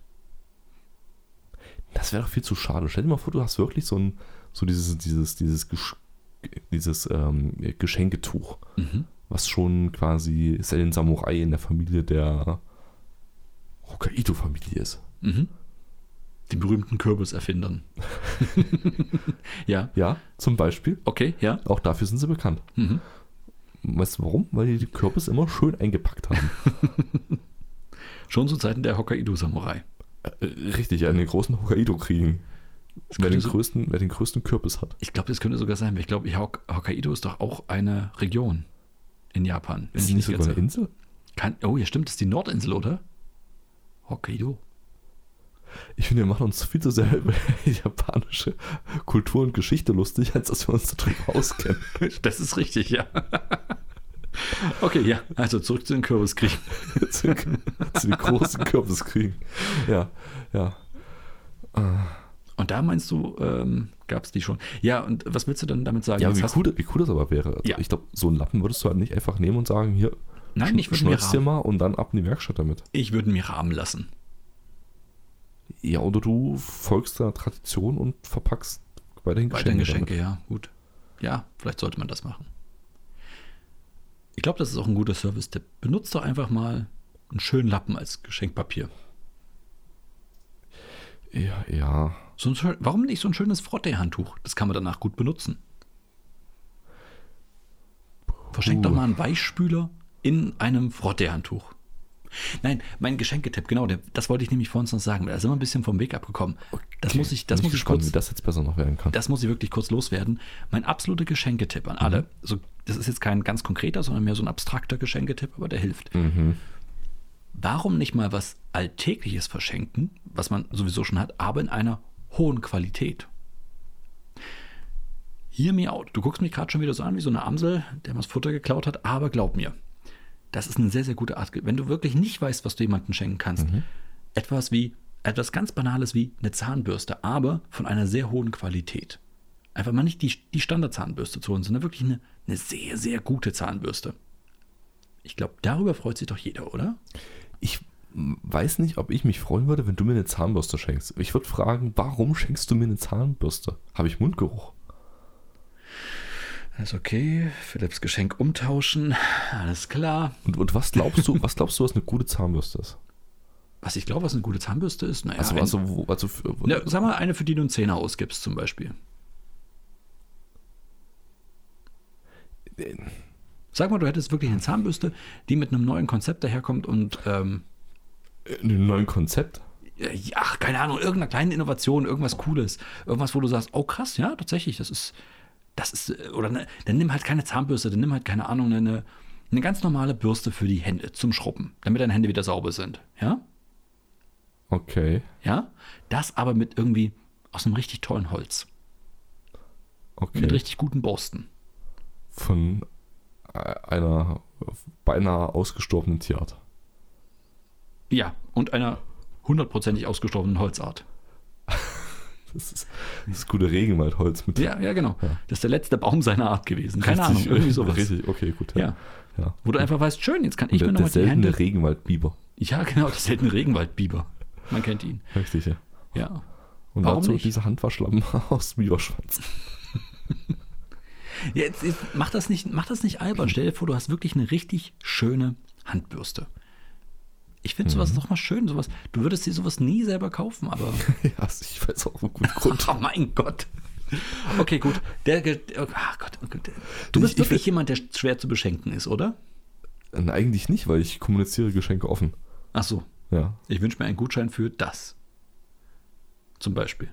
S2: Das wäre doch viel zu schade. Stell dir mal vor, du hast wirklich so ein, so dieses, dieses, dieses, Gesch dieses ähm, Geschenketuch,
S1: Mhm.
S2: was schon quasi ist ja den Samurai in der Familie der Hokkaido-Familie ist.
S1: Mhm. Den berühmten Kürbiserfindern. ja,
S2: Ja, zum Beispiel.
S1: okay, ja.
S2: Auch dafür sind sie bekannt.
S1: Mhm.
S2: Weißt du warum? Weil die die Kürbis immer schön eingepackt haben.
S1: Schon zu Zeiten der Hokkaido-Samurai.
S2: Äh, Richtig, ja, in den großen Hokkaido-Kriegen.
S1: Das
S2: Wer,
S1: könnte
S2: den
S1: so-
S2: größten- wer den größten Kürbis hat.
S1: Ich glaube, das könnte sogar sein. weil Ich glaube, Hok Hokkaido ist doch auch eine Region in Japan. wenn
S2: Ist
S1: ich
S2: das nicht sogar
S1: ganz
S2: eine Insel?
S1: Kann, oh, ja, stimmt, das ist die Nordinsel, oder? Hokkaido.
S2: Ich finde, wir machen uns viel zu sehr über japanische Kultur und Geschichte lustig, als dass wir uns darüber auskennen.
S1: Das ist richtig, ja. okay, ja. Also zurück zu den Kürbiskriegen.
S2: zu zu den großen Kürbiskriegen. Ja, ja.
S1: Und da meinst du, ähm, gab es die schon. Ja, und was willst du dann damit sagen?
S2: Ja,
S1: Jetzt
S2: wie
S1: hast-
S2: cool, wie cool das aber wäre. Also
S1: Ja.
S2: Ich glaube, so einen Lappen würdest du halt nicht einfach nehmen und sagen, hier,
S1: Nein, ich würde mir,
S2: schneidest dir
S1: rahmen-
S2: mal und dann ab in die Werkstatt damit.
S1: ich würd mir rahmen lassen.
S2: Ja, oder du folgst deiner Tradition und verpackst weiterhin
S1: Weiterhin
S2: Geschenke.
S1: Geschenke, ja, gut. Ja, vielleicht sollte man das machen. Ich glaube, das ist auch ein guter Service-Tipp. Benutzt doch einfach mal einen schönen Lappen als Geschenkpapier.
S2: damit. Ja, ja.
S1: So ein, schön- warum nicht so ein schönes Frottee-Handtuch? Das kann man danach gut benutzen. Verschenkt doch
S2: Puh.
S1: mal einen Weichspüler in einem Frottee-Handtuch. Nein, mein Geschenketipp, genau, der, das wollte ich nämlich vor uns noch sagen. Da sind wir ein bisschen vom Weg abgekommen. Das
S2: Okay,
S1: muss ich, das
S2: bin
S1: muss ich
S2: gespannt,
S1: kurz,
S2: wie das jetzt besser noch werden kann.
S1: das muss ich wirklich kurz loswerden. Mein absoluter Geschenketipp an alle, so, das ist jetzt kein ganz konkreter, sondern mehr so ein abstrakter Geschenketipp, aber der hilft. Warum nicht mal was Alltägliches verschenken, was man sowieso schon hat, aber in einer hohen Qualität? Hear me out. Du guckst mich gerade schon wieder so an wie so eine Amsel, der mal das Futter geklaut hat, aber glaub mir, das ist eine sehr, sehr gute Art. Wenn du wirklich nicht weißt, was du jemandem schenken kannst, etwas wie, etwas ganz Banales wie eine Zahnbürste, aber von einer sehr hohen Qualität. Einfach mal nicht die, die Standardzahnbürste zu holen, sondern wirklich eine, eine sehr, sehr gute Zahnbürste. Ich glaube, darüber freut sich doch jeder, oder?
S2: Ich weiß nicht, ob ich mich freuen würde, wenn du mir eine Zahnbürste schenkst. Ich würde fragen, warum schenkst du mir eine Zahnbürste? Habe ich Mundgeruch?
S1: Alles okay, Philipps Geschenk umtauschen, alles klar.
S2: Und, und was glaubst du, was glaubst du, was eine gute Zahnbürste ist?
S1: Was ich glaube, was eine gute Zahnbürste ist, naja,
S2: Also,
S1: ein,
S2: also, wo- also f-
S1: na, Ne, sag mal, eine, für die du einen Zehner ausgibst zum Beispiel. Sag mal, du hättest wirklich eine Zahnbürste, die mit einem neuen Konzept daherkommt und ähm,
S2: ein neues Konzept.
S1: äh, ach, keine Ahnung, irgendeiner kleinen Innovation, irgendwas Cooles, irgendwas, wo du sagst, oh krass, ja, tatsächlich, das ist, das ist, äh, oder ne, dann nimm halt keine Zahnbürste, dann nimm halt, keine Ahnung, eine, eine ganz normale Bürste für die Hände zum Schrubben, damit deine Hände wieder sauber sind, ja?
S2: Okay,
S1: Ja, das aber mit irgendwie aus einem richtig tollen Holz, mit
S2: okay.
S1: richtig guten Borsten.
S2: Von e- einer beinahe ausgestorbenen Tierart.
S1: Ja, und einer hundertprozentig ausgestorbenen Holzart.
S2: Das ist das gute Regenwaldholz mit
S1: Ja, ja, genau.
S2: Ja.
S1: Das ist der letzte Baum seiner Art gewesen. Keine
S2: Richtig,
S1: Ahnung, irgendwie sowas.
S2: Richtig, okay, gut.
S1: Ja.
S2: ja.
S1: Wo du einfach weißt, schön, jetzt kann ich mir
S2: Und der,
S1: noch
S2: der
S1: mal die Hände.
S2: seltene Regenwaldbiber.
S1: Ja, genau, das ist halt ein Regenwaldbiber. Man kennt ihn.
S2: Richtig, ja.
S1: Ja.
S2: Und
S1: Warum
S2: dazu
S1: nicht?
S2: diese Handwaschlappen aus Biberschwanz.
S1: Jetzt, jetzt mach, das nicht, mach das nicht albern. Stell dir vor, du hast wirklich eine richtig schöne Handbürste. Ich finde
S2: Mhm.
S1: sowas doch mal schön, sowas. Du würdest dir sowas nie selber kaufen, aber.
S2: ja, also ich weiß auch einen guten Grund.
S1: Oh mein Gott. Okay, gut. Der, ge- oh ah Gott, oh Gott. Du bist
S2: Ich- ich-
S1: wirklich jemand, der schwer zu beschenken ist, oder?
S2: Nein, Äh, eigentlich nicht, weil ich kommuniziere Geschenke offen.
S1: Ach so.
S2: Ja.
S1: Ich wünsche mir einen Gutschein für das. Zum Beispiel.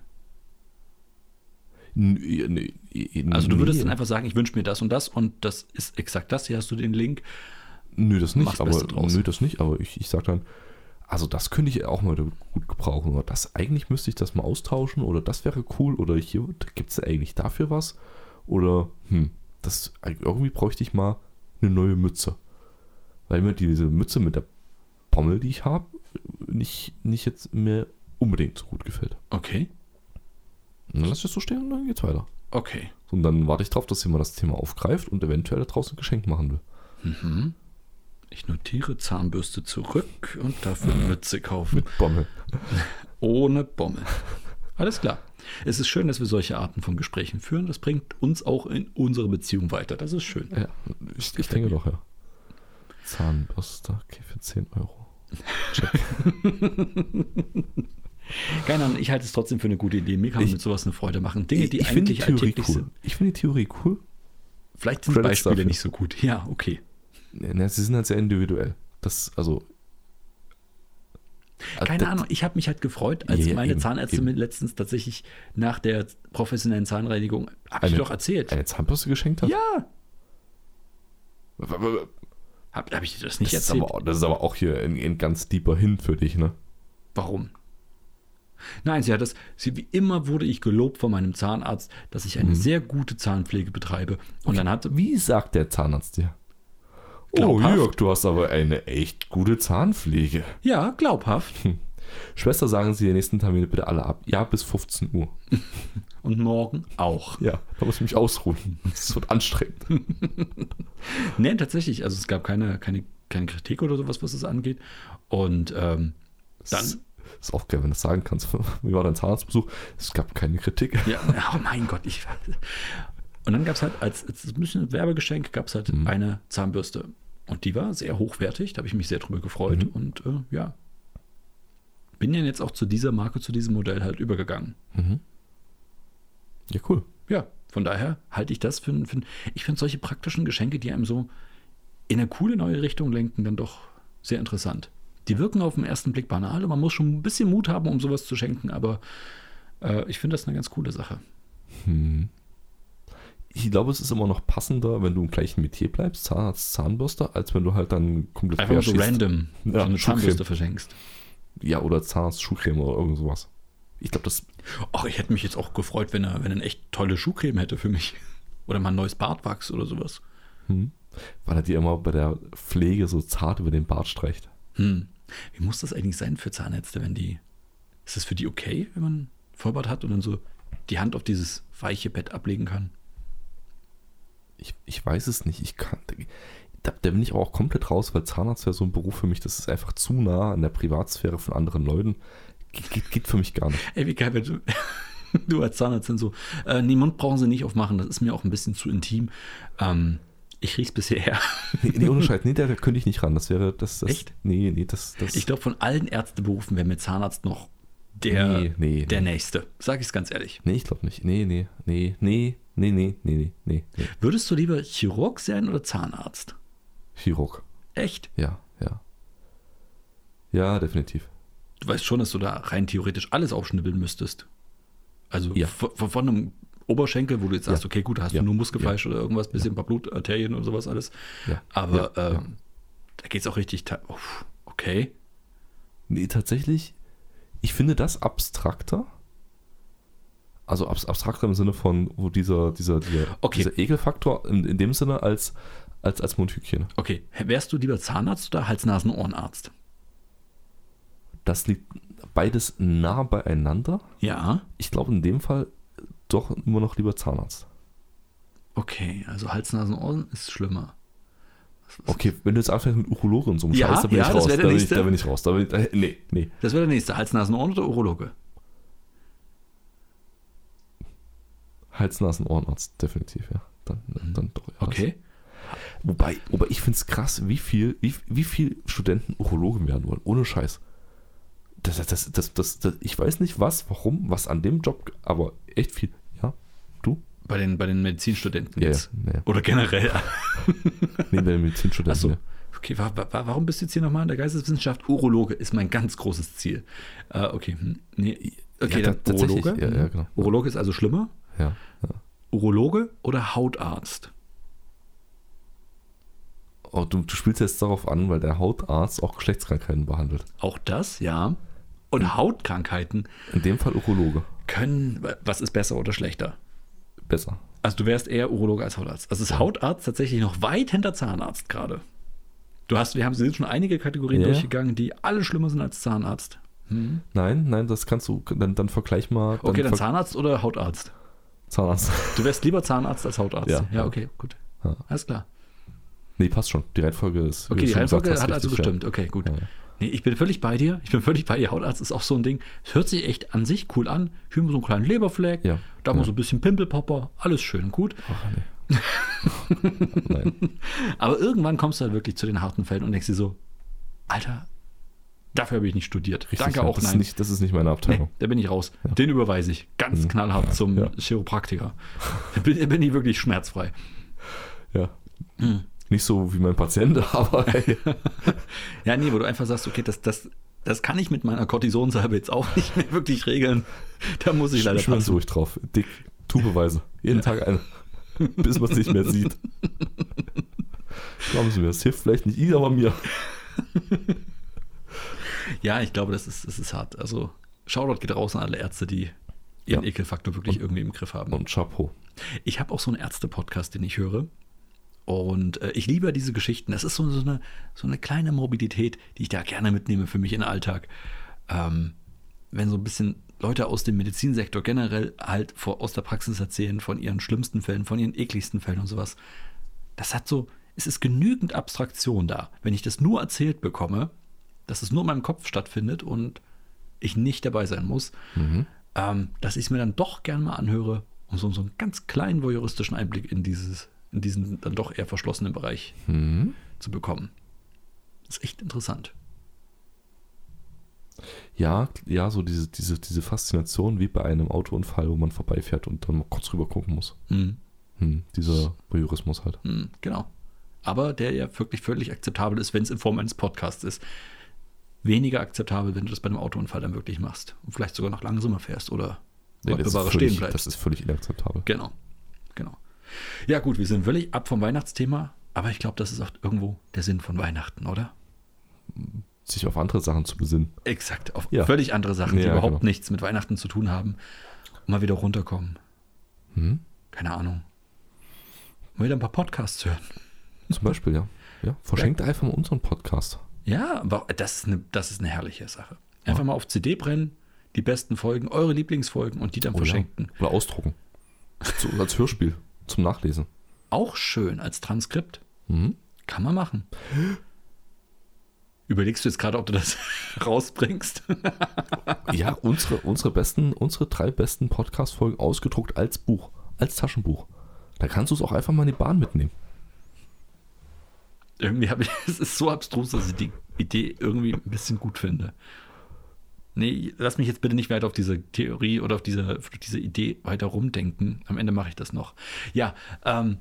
S2: N- äh, n- n-
S1: Also du würdest
S2: nee.
S1: dann einfach sagen, ich wünsche mir das und das und das ist exakt das. Hier hast du den Link.
S2: Nö, das
S1: Mach's
S2: nicht, aber
S1: Beste draus.
S2: nö, das nicht, aber ich, ich sag dann, also das könnte ich auch mal gut gebrauchen. Oder das eigentlich müsste ich das mal austauschen oder das wäre cool oder hier gibt es eigentlich dafür was. Oder hm, das irgendwie bräuchte ich mal eine neue Mütze. Weil mir diese Mütze mit der Pommel, die ich habe, nicht, nicht jetzt mir unbedingt so gut gefällt.
S1: Okay,
S2: Und dann lass ich das so stehen und dann geht's weiter.
S1: okay.
S2: Und dann warte ich drauf, dass jemand das Thema aufgreift und eventuell daraus ein Geschenk machen will.
S1: Ich notiere Zahnbürste zurück und dafür Mütze kaufen.
S2: Pommel.
S1: Ohne Bommel. Alles klar. Es ist schön, dass wir solche Arten von Gesprächen führen. Das bringt uns auch in unsere Beziehung weiter. Das ist schön.
S2: Ja, ich, ich denke doch, ja. Zahnbürste, okay, für 10 Euro.
S1: Keine Ahnung, ich halte es trotzdem für eine gute Idee. Mir kann man
S2: Ich-
S1: mit sowas eine Freude machen. Dinge, die
S2: ich finde die
S1: eigentlich
S2: Theorie
S1: alltäglich
S2: cool.
S1: sind.
S2: Ich finde die Theorie cool.
S1: Vielleicht sind
S2: Credits
S1: Beispiele
S2: dafür.
S1: nicht so gut. Ja, okay.
S2: Na, sie sind halt sehr individuell. Das, also. also
S1: Keine
S2: das-
S1: Ahnung, ich habe mich halt gefreut, als
S2: Ja, ja,
S1: meine
S2: eben,
S1: Zahnärztin
S2: eben.
S1: mir letztens tatsächlich nach der professionellen Zahnreinigung, habe ich
S2: Eine-
S1: doch erzählt.
S2: Eine Zahnbürste geschenkt hat?
S1: ja,
S2: W- w-
S1: habe hab ich dir das nicht
S2: Das ist,
S1: erzählt?
S2: aber, das ist aber auch hier ein, ein ganz deeper Hin für dich, ne?
S1: Warum? Nein, sie hat das, sie, wie immer wurde ich gelobt von meinem Zahnarzt, dass ich
S2: Mhm.
S1: eine sehr gute Zahnpflege betreibe. Und dann hatte,
S2: Wie sagt der Zahnarzt dir?
S1: Glaubhaft?
S2: Oh, Jörg, du hast aber eine echt gute Zahnpflege.
S1: ja, glaubhaft.
S2: Schwester, sagen Sie die nächsten Termine bitte alle ab. Ja, bis 15 Uhr.
S1: Und morgen auch.
S2: Ja, da muss ich mich ausruhen. Das wird anstrengend.
S1: Nee, tatsächlich. Also es gab keine, keine, keine Kritik oder sowas, was es angeht. Und ähm, dann.
S2: Ist auch geil, wenn du das sagen kannst. Wie war dein Zahnarztbesuch? Es gab keine Kritik.
S1: Ja, oh mein Gott, ich. Und dann gab es halt als, als ein bisschen Werbegeschenk gab es halt eine Zahnbürste. Und die war sehr hochwertig, da habe ich mich sehr drüber gefreut. Und äh, ja. Bin ja jetzt auch zu dieser Marke, zu diesem Modell halt übergegangen.
S2: Ja, cool.
S1: Ja, von daher halte ich das für, ein- für ein- ich finde solche praktischen Geschenke, die einem so in eine coole neue Richtung lenken, dann doch sehr interessant. Die wirken auf den ersten Blick banal und man muss schon ein bisschen Mut haben, um sowas zu schenken, aber äh, ich finde das eine ganz coole Sache.
S2: Ich glaube, es ist immer noch passender, wenn du im gleichen Metier bleibst, Zahnarzt, Zahnbürste, als wenn du halt dann komplett
S1: Einfach mal so
S2: querschießt.
S1: random
S2: Ja,
S1: so eine
S2: Schuhcreme.
S1: Zahnbürste verschenkst.
S2: Ja, oder Zahnarzt, Schuhcreme oder irgend sowas. Ich glaube, das
S1: Ach, ich hätte mich jetzt auch gefreut, wenn er, wenn er eine echt tolle Schuhcreme hätte für mich. Oder mal ein neues Bartwachs oder sowas.
S2: weil er dir immer bei der Pflege so zart über den Bart streicht.
S1: Hm. Wie muss das eigentlich sein für Zahnärzte, wenn die. Ist das für die okay, wenn man Vollbart hat und dann so die Hand auf dieses weiche Bett ablegen kann?
S2: Ich, ich weiß es nicht. Ich kann, da, da bin ich aber auch komplett raus, weil Zahnarzt wäre so ein Beruf für mich, das ist einfach zu nah an der Privatsphäre von anderen Leuten. Ge- Geht, geht für mich gar nicht.
S1: Ey, wie geil, wenn du, du als Zahnärztin so. Äh, nee, Mund brauchen sie nicht aufmachen, das ist mir auch ein bisschen zu intim. Ähm, Ich riech's bisher.
S2: Nee, nee ohne Scheiß, nee, da, da könnte ich nicht ran. Das wäre, das, das
S1: Echt?
S2: Nee, nee, das, das
S1: Ich glaube, von allen Ärzteberufen wäre mir Zahnarzt noch der,
S2: Nee, nee,
S1: der Nächste. Sag ich's ganz ehrlich.
S2: nee, ich glaube nicht. Nee, nee, nee, nee, nee, nee, nee, nee, nee, nee.
S1: Würdest du lieber Chirurg sein oder Zahnarzt?
S2: Chirurg.
S1: Echt?
S2: Ja, ja. Ja, definitiv.
S1: Du weißt schon, dass du da rein theoretisch alles aufschnibbeln müsstest. Also
S2: Ja.
S1: von, von von einem Oberschenkel, wo du jetzt sagst, okay, gut, da hast
S2: Ja.
S1: du nur Muskelfleisch oder irgendwas, bisschen ein paar Blutarterien und sowas alles.
S2: Ja.
S1: Aber
S2: ja,
S1: ähm,
S2: ja.
S1: da geht's auch richtig. ta- Uff, okay.
S2: Nee, tatsächlich, ich finde das abstrakter. Also abs abstrakter im Sinne von, wo dieser, dieser, dieser,
S1: Okay.
S2: dieser Ekelfaktor in, in dem Sinne als, als, als Mundhygiene.
S1: Okay. Wärst du lieber Zahnarzt oder Hals-Nasen-Ohrenarzt?
S2: Das liegt beides nah beieinander.
S1: Ja.
S2: Ich glaube in dem Fall doch immer noch lieber Zahnarzt.
S1: Okay, also Hals, Nasen, Ohren ist schlimmer.
S2: Okay, wenn du jetzt anfängst mit Urologen und so einem
S1: Ja,
S2: Scheiß, da bin
S1: ja,
S2: ich
S1: das
S2: raus.
S1: wär
S2: Da
S1: der
S2: bin ich,
S1: nächste.
S2: da bin ich raus. Da bin ich, da, nee, nee.
S1: Das wäre der nächste. Hals, Nasen, Ohren oder Urologe?
S2: Hals, Nasen, Ohrenarzt, definitiv, ja. Dann, dann doch. Ja,
S1: Mhm.
S2: das-
S1: Okay.
S2: Wobei, wobei ich finde es krass, wie viel, wie, wie viel Studenten Urologen werden wollen, ohne Scheiß. Das, das, das, das, das, das, ich weiß nicht was, warum, was an dem Job, aber echt viel. Ja, du?
S1: Bei den, bei den Medizinstudenten
S2: Ja,
S1: jetzt.
S2: ja, ja.
S1: Oder generell.
S2: Nee, bei den Medizinstudenten.
S1: Achso.
S2: ja.
S1: ne? Okay, wa wa warum bist du jetzt hier nochmal in der Geisteswissenschaft? Urologe ist mein ganz großes Ziel. Äh, okay. hm, Nee. Okay,
S2: Ja, ta-
S1: dann
S2: tatsächlich.
S1: Urologe.
S2: Ja, ja, genau.
S1: Urologe ist also schlimmer.
S2: Ja, ja.
S1: Urologe oder Hautarzt?
S2: Oh, du, du spielst jetzt darauf an, weil der Hautarzt auch Geschlechtskrankheiten behandelt.
S1: Auch das, ja. Und
S2: Hm.
S1: Hautkrankheiten
S2: In dem Fall Urologe.
S1: können, was ist besser oder schlechter?
S2: Besser.
S1: Also du wärst eher Urologe als Hautarzt. Also ist Hautarzt tatsächlich noch weit hinter Zahnarzt gerade. Du hast, wir haben sind schon einige Kategorien
S2: Ja.
S1: durchgegangen, die alle schlimmer sind als Zahnarzt.
S2: Nein, nein, das kannst du, dann, dann vergleich mal.
S1: Okay, dann
S2: ver-
S1: Zahnarzt oder Hautarzt?
S2: Zahnarzt.
S1: Du wärst lieber Zahnarzt als Hautarzt.
S2: Ja.
S1: okay, gut.
S2: Ja.
S1: Alles klar.
S2: Nee, passt schon. Die Reihenfolge ist.
S1: Okay,
S2: wie
S1: die
S2: du schon gesagt
S1: Reihenfolge
S2: hast,
S1: hat also
S2: richtig, ja.
S1: gestimmt. Okay, gut.
S2: Ja, ja.
S1: Nee, ich bin völlig bei dir. Ich bin völlig bei dir. Hautarzt ist auch so ein Ding. Es hört sich echt an sich cool an. Hier mal so einen kleinen Leberfleck,
S2: Ja.
S1: da mal
S2: Ja.
S1: so ein bisschen Pimpelpopper, alles schön und gut.
S2: Nein.
S1: Aber irgendwann kommst du halt wirklich zu den harten Fällen und denkst dir so, Alter, dafür habe ich nicht studiert. Danke
S2: ja.
S1: auch,
S2: das Ist
S1: nein.
S2: nicht, das ist nicht meine
S1: Nee,
S2: Abteilung.
S1: da bin ich raus. Den überweise ich ganz knallhart zum
S2: Hm. Ja.
S1: Chiropraktiker. Da bin, da bin ich wirklich schmerzfrei.
S2: Ja. Nicht so wie mein Patient, aber hey.
S1: Ja, nee, wo du einfach sagst, okay, das, das, das kann ich mit meiner Kortisonsalbe jetzt auch nicht mehr wirklich regeln. Da muss ich leider
S2: schwör's
S1: passen.
S2: ruhig drauf. Dick, Tubeweise. Jeden Tag eine. Bis man es nicht mehr sieht. Glauben Sie mir, das hilft vielleicht nicht Ihnen, aber mir.
S1: Ja, ich glaube, das ist, das ist hart. Also, Shoutout geht raus an alle Ärzte, die ihren
S2: Ja.
S1: Ekelfaktor wirklich irgendwie im Griff haben.
S2: Und Chapeau.
S1: Ich habe auch so einen Ärzte-Podcast, den ich höre. Und äh, ich liebe diese Geschichten. Das ist so, so, eine, so eine kleine Morbidität, die ich da gerne mitnehme für mich in den Alltag. Ähm, wenn so ein bisschen Leute aus dem Medizinsektor generell halt vor, aus der Praxis erzählen von ihren schlimmsten Fällen, von ihren ekligsten Fällen und sowas. Das hat so, es ist genügend Abstraktion da. Wenn ich das nur erzählt bekomme, dass es nur in meinem Kopf stattfindet und ich nicht dabei sein muss,
S2: Mhm.
S1: ähm, dass ich es mir dann doch gerne mal anhöre, um so, so einen ganz kleinen voyeuristischen Einblick in, dieses, in diesen dann doch eher verschlossenen Bereich
S2: Mhm.
S1: zu bekommen. ist echt interessant.
S2: Ja, ja, so diese, diese, diese Faszination wie bei einem Autounfall, wo man vorbeifährt und dann mal kurz rüber gucken muss.
S1: Mhm.
S2: Hm, dieser Voyeurismus halt.
S1: Mhm, genau. Aber der ja wirklich völlig akzeptabel ist, wenn es in Form eines Podcasts ist. Weniger akzeptabel, wenn du das bei einem Autounfall dann wirklich machst. Und vielleicht sogar noch langsamer fährst oder
S2: Nee, das,
S1: unmittelbarer
S2: ist
S1: stehen
S2: völlig,
S1: bleibst.
S2: das ist völlig inakzeptabel.
S1: Genau, genau. Ja gut, wir sind völlig ab vom Weihnachtsthema, aber ich glaube, das ist auch irgendwo der Sinn von Weihnachten, oder?
S2: Sich auf andere Sachen zu besinnen.
S1: Exakt, auf
S2: Ja.
S1: völlig andere Sachen, die
S2: Ja,
S1: überhaupt
S2: genau.
S1: nichts mit Weihnachten zu tun haben. Und mal wieder runterkommen.
S2: Hm?
S1: Keine Ahnung. Mal wieder ein paar Podcasts hören.
S2: Zum Beispiel, ja. ja. Verschenkt einfach mal unseren Podcast.
S1: Ja, wa- das ist eine, das ist eine herrliche Sache. Einfach mal auf CD brennen, die besten Folgen, eure Lieblingsfolgen und die dann
S2: Oh ja.
S1: verschenken.
S2: Oder ausdrucken. So, als Hörspiel zum Nachlesen.
S1: Auch schön als Transkript.
S2: Mhm.
S1: Kann man machen. Überlegst du jetzt gerade, ob du das rausbringst?
S2: Ja, unsere, unsere besten, unsere drei besten Podcast-Folgen ausgedruckt als Buch, als Taschenbuch. Da kannst du es auch einfach mal in die Bahn mitnehmen.
S1: Irgendwie habe ich, es ist so abstrus, dass ich die Idee irgendwie ein bisschen gut finde. Nee, lass mich jetzt bitte nicht weiter auf diese Theorie oder auf diese, auf diese Idee weiter rumdenken. Am Ende mache ich das noch. Ja, ähm,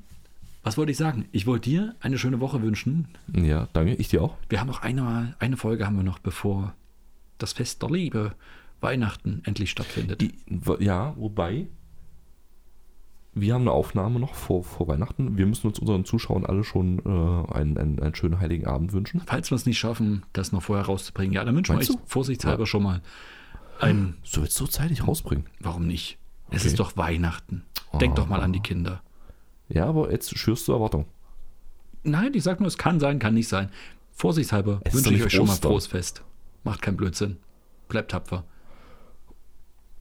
S1: was wollte ich sagen? Ich wollte dir eine schöne Woche wünschen.
S2: Ja, danke. Ich dir auch.
S1: Wir haben noch eine, eine Folge haben wir noch, bevor das Fest der Liebe Weihnachten endlich stattfindet.
S2: I- w- Ja, wobei. Wir haben eine Aufnahme noch vor, vor Weihnachten. Wir müssen uns unseren Zuschauern alle schon äh, einen, einen, einen schönen heiligen Abend wünschen.
S1: Falls wir es nicht schaffen, das noch vorher rauszubringen, ja, dann wünschen wir
S2: Meinst
S1: euch
S2: du?
S1: vorsichtshalber schon mal ein,
S2: So jetzt so zeitig rausbringen.
S1: warum nicht? Es
S2: Okay. Oh.
S1: ist doch Weihnachten. Denk doch mal an die Kinder.
S2: Ja, aber jetzt schürst du Erwartung.
S1: Nein, ich sag nur, es kann sein, kann nicht sein. Vorsichtshalber
S2: Es ist
S1: wünsche
S2: doch
S1: ich
S2: nicht
S1: euch schon mal
S2: Ostern.
S1: frohes Fest. Macht keinen Blödsinn. Bleibt tapfer.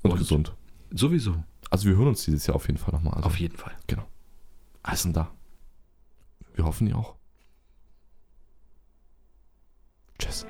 S2: Und,
S1: Und?
S2: gesund.
S1: Sowieso.
S2: Also wir hören uns dieses Jahr auf jeden Fall nochmal an.
S1: Auf jeden Fall.
S2: Genau. Alles denn da. Wir hoffen ihr auch. Tschüss.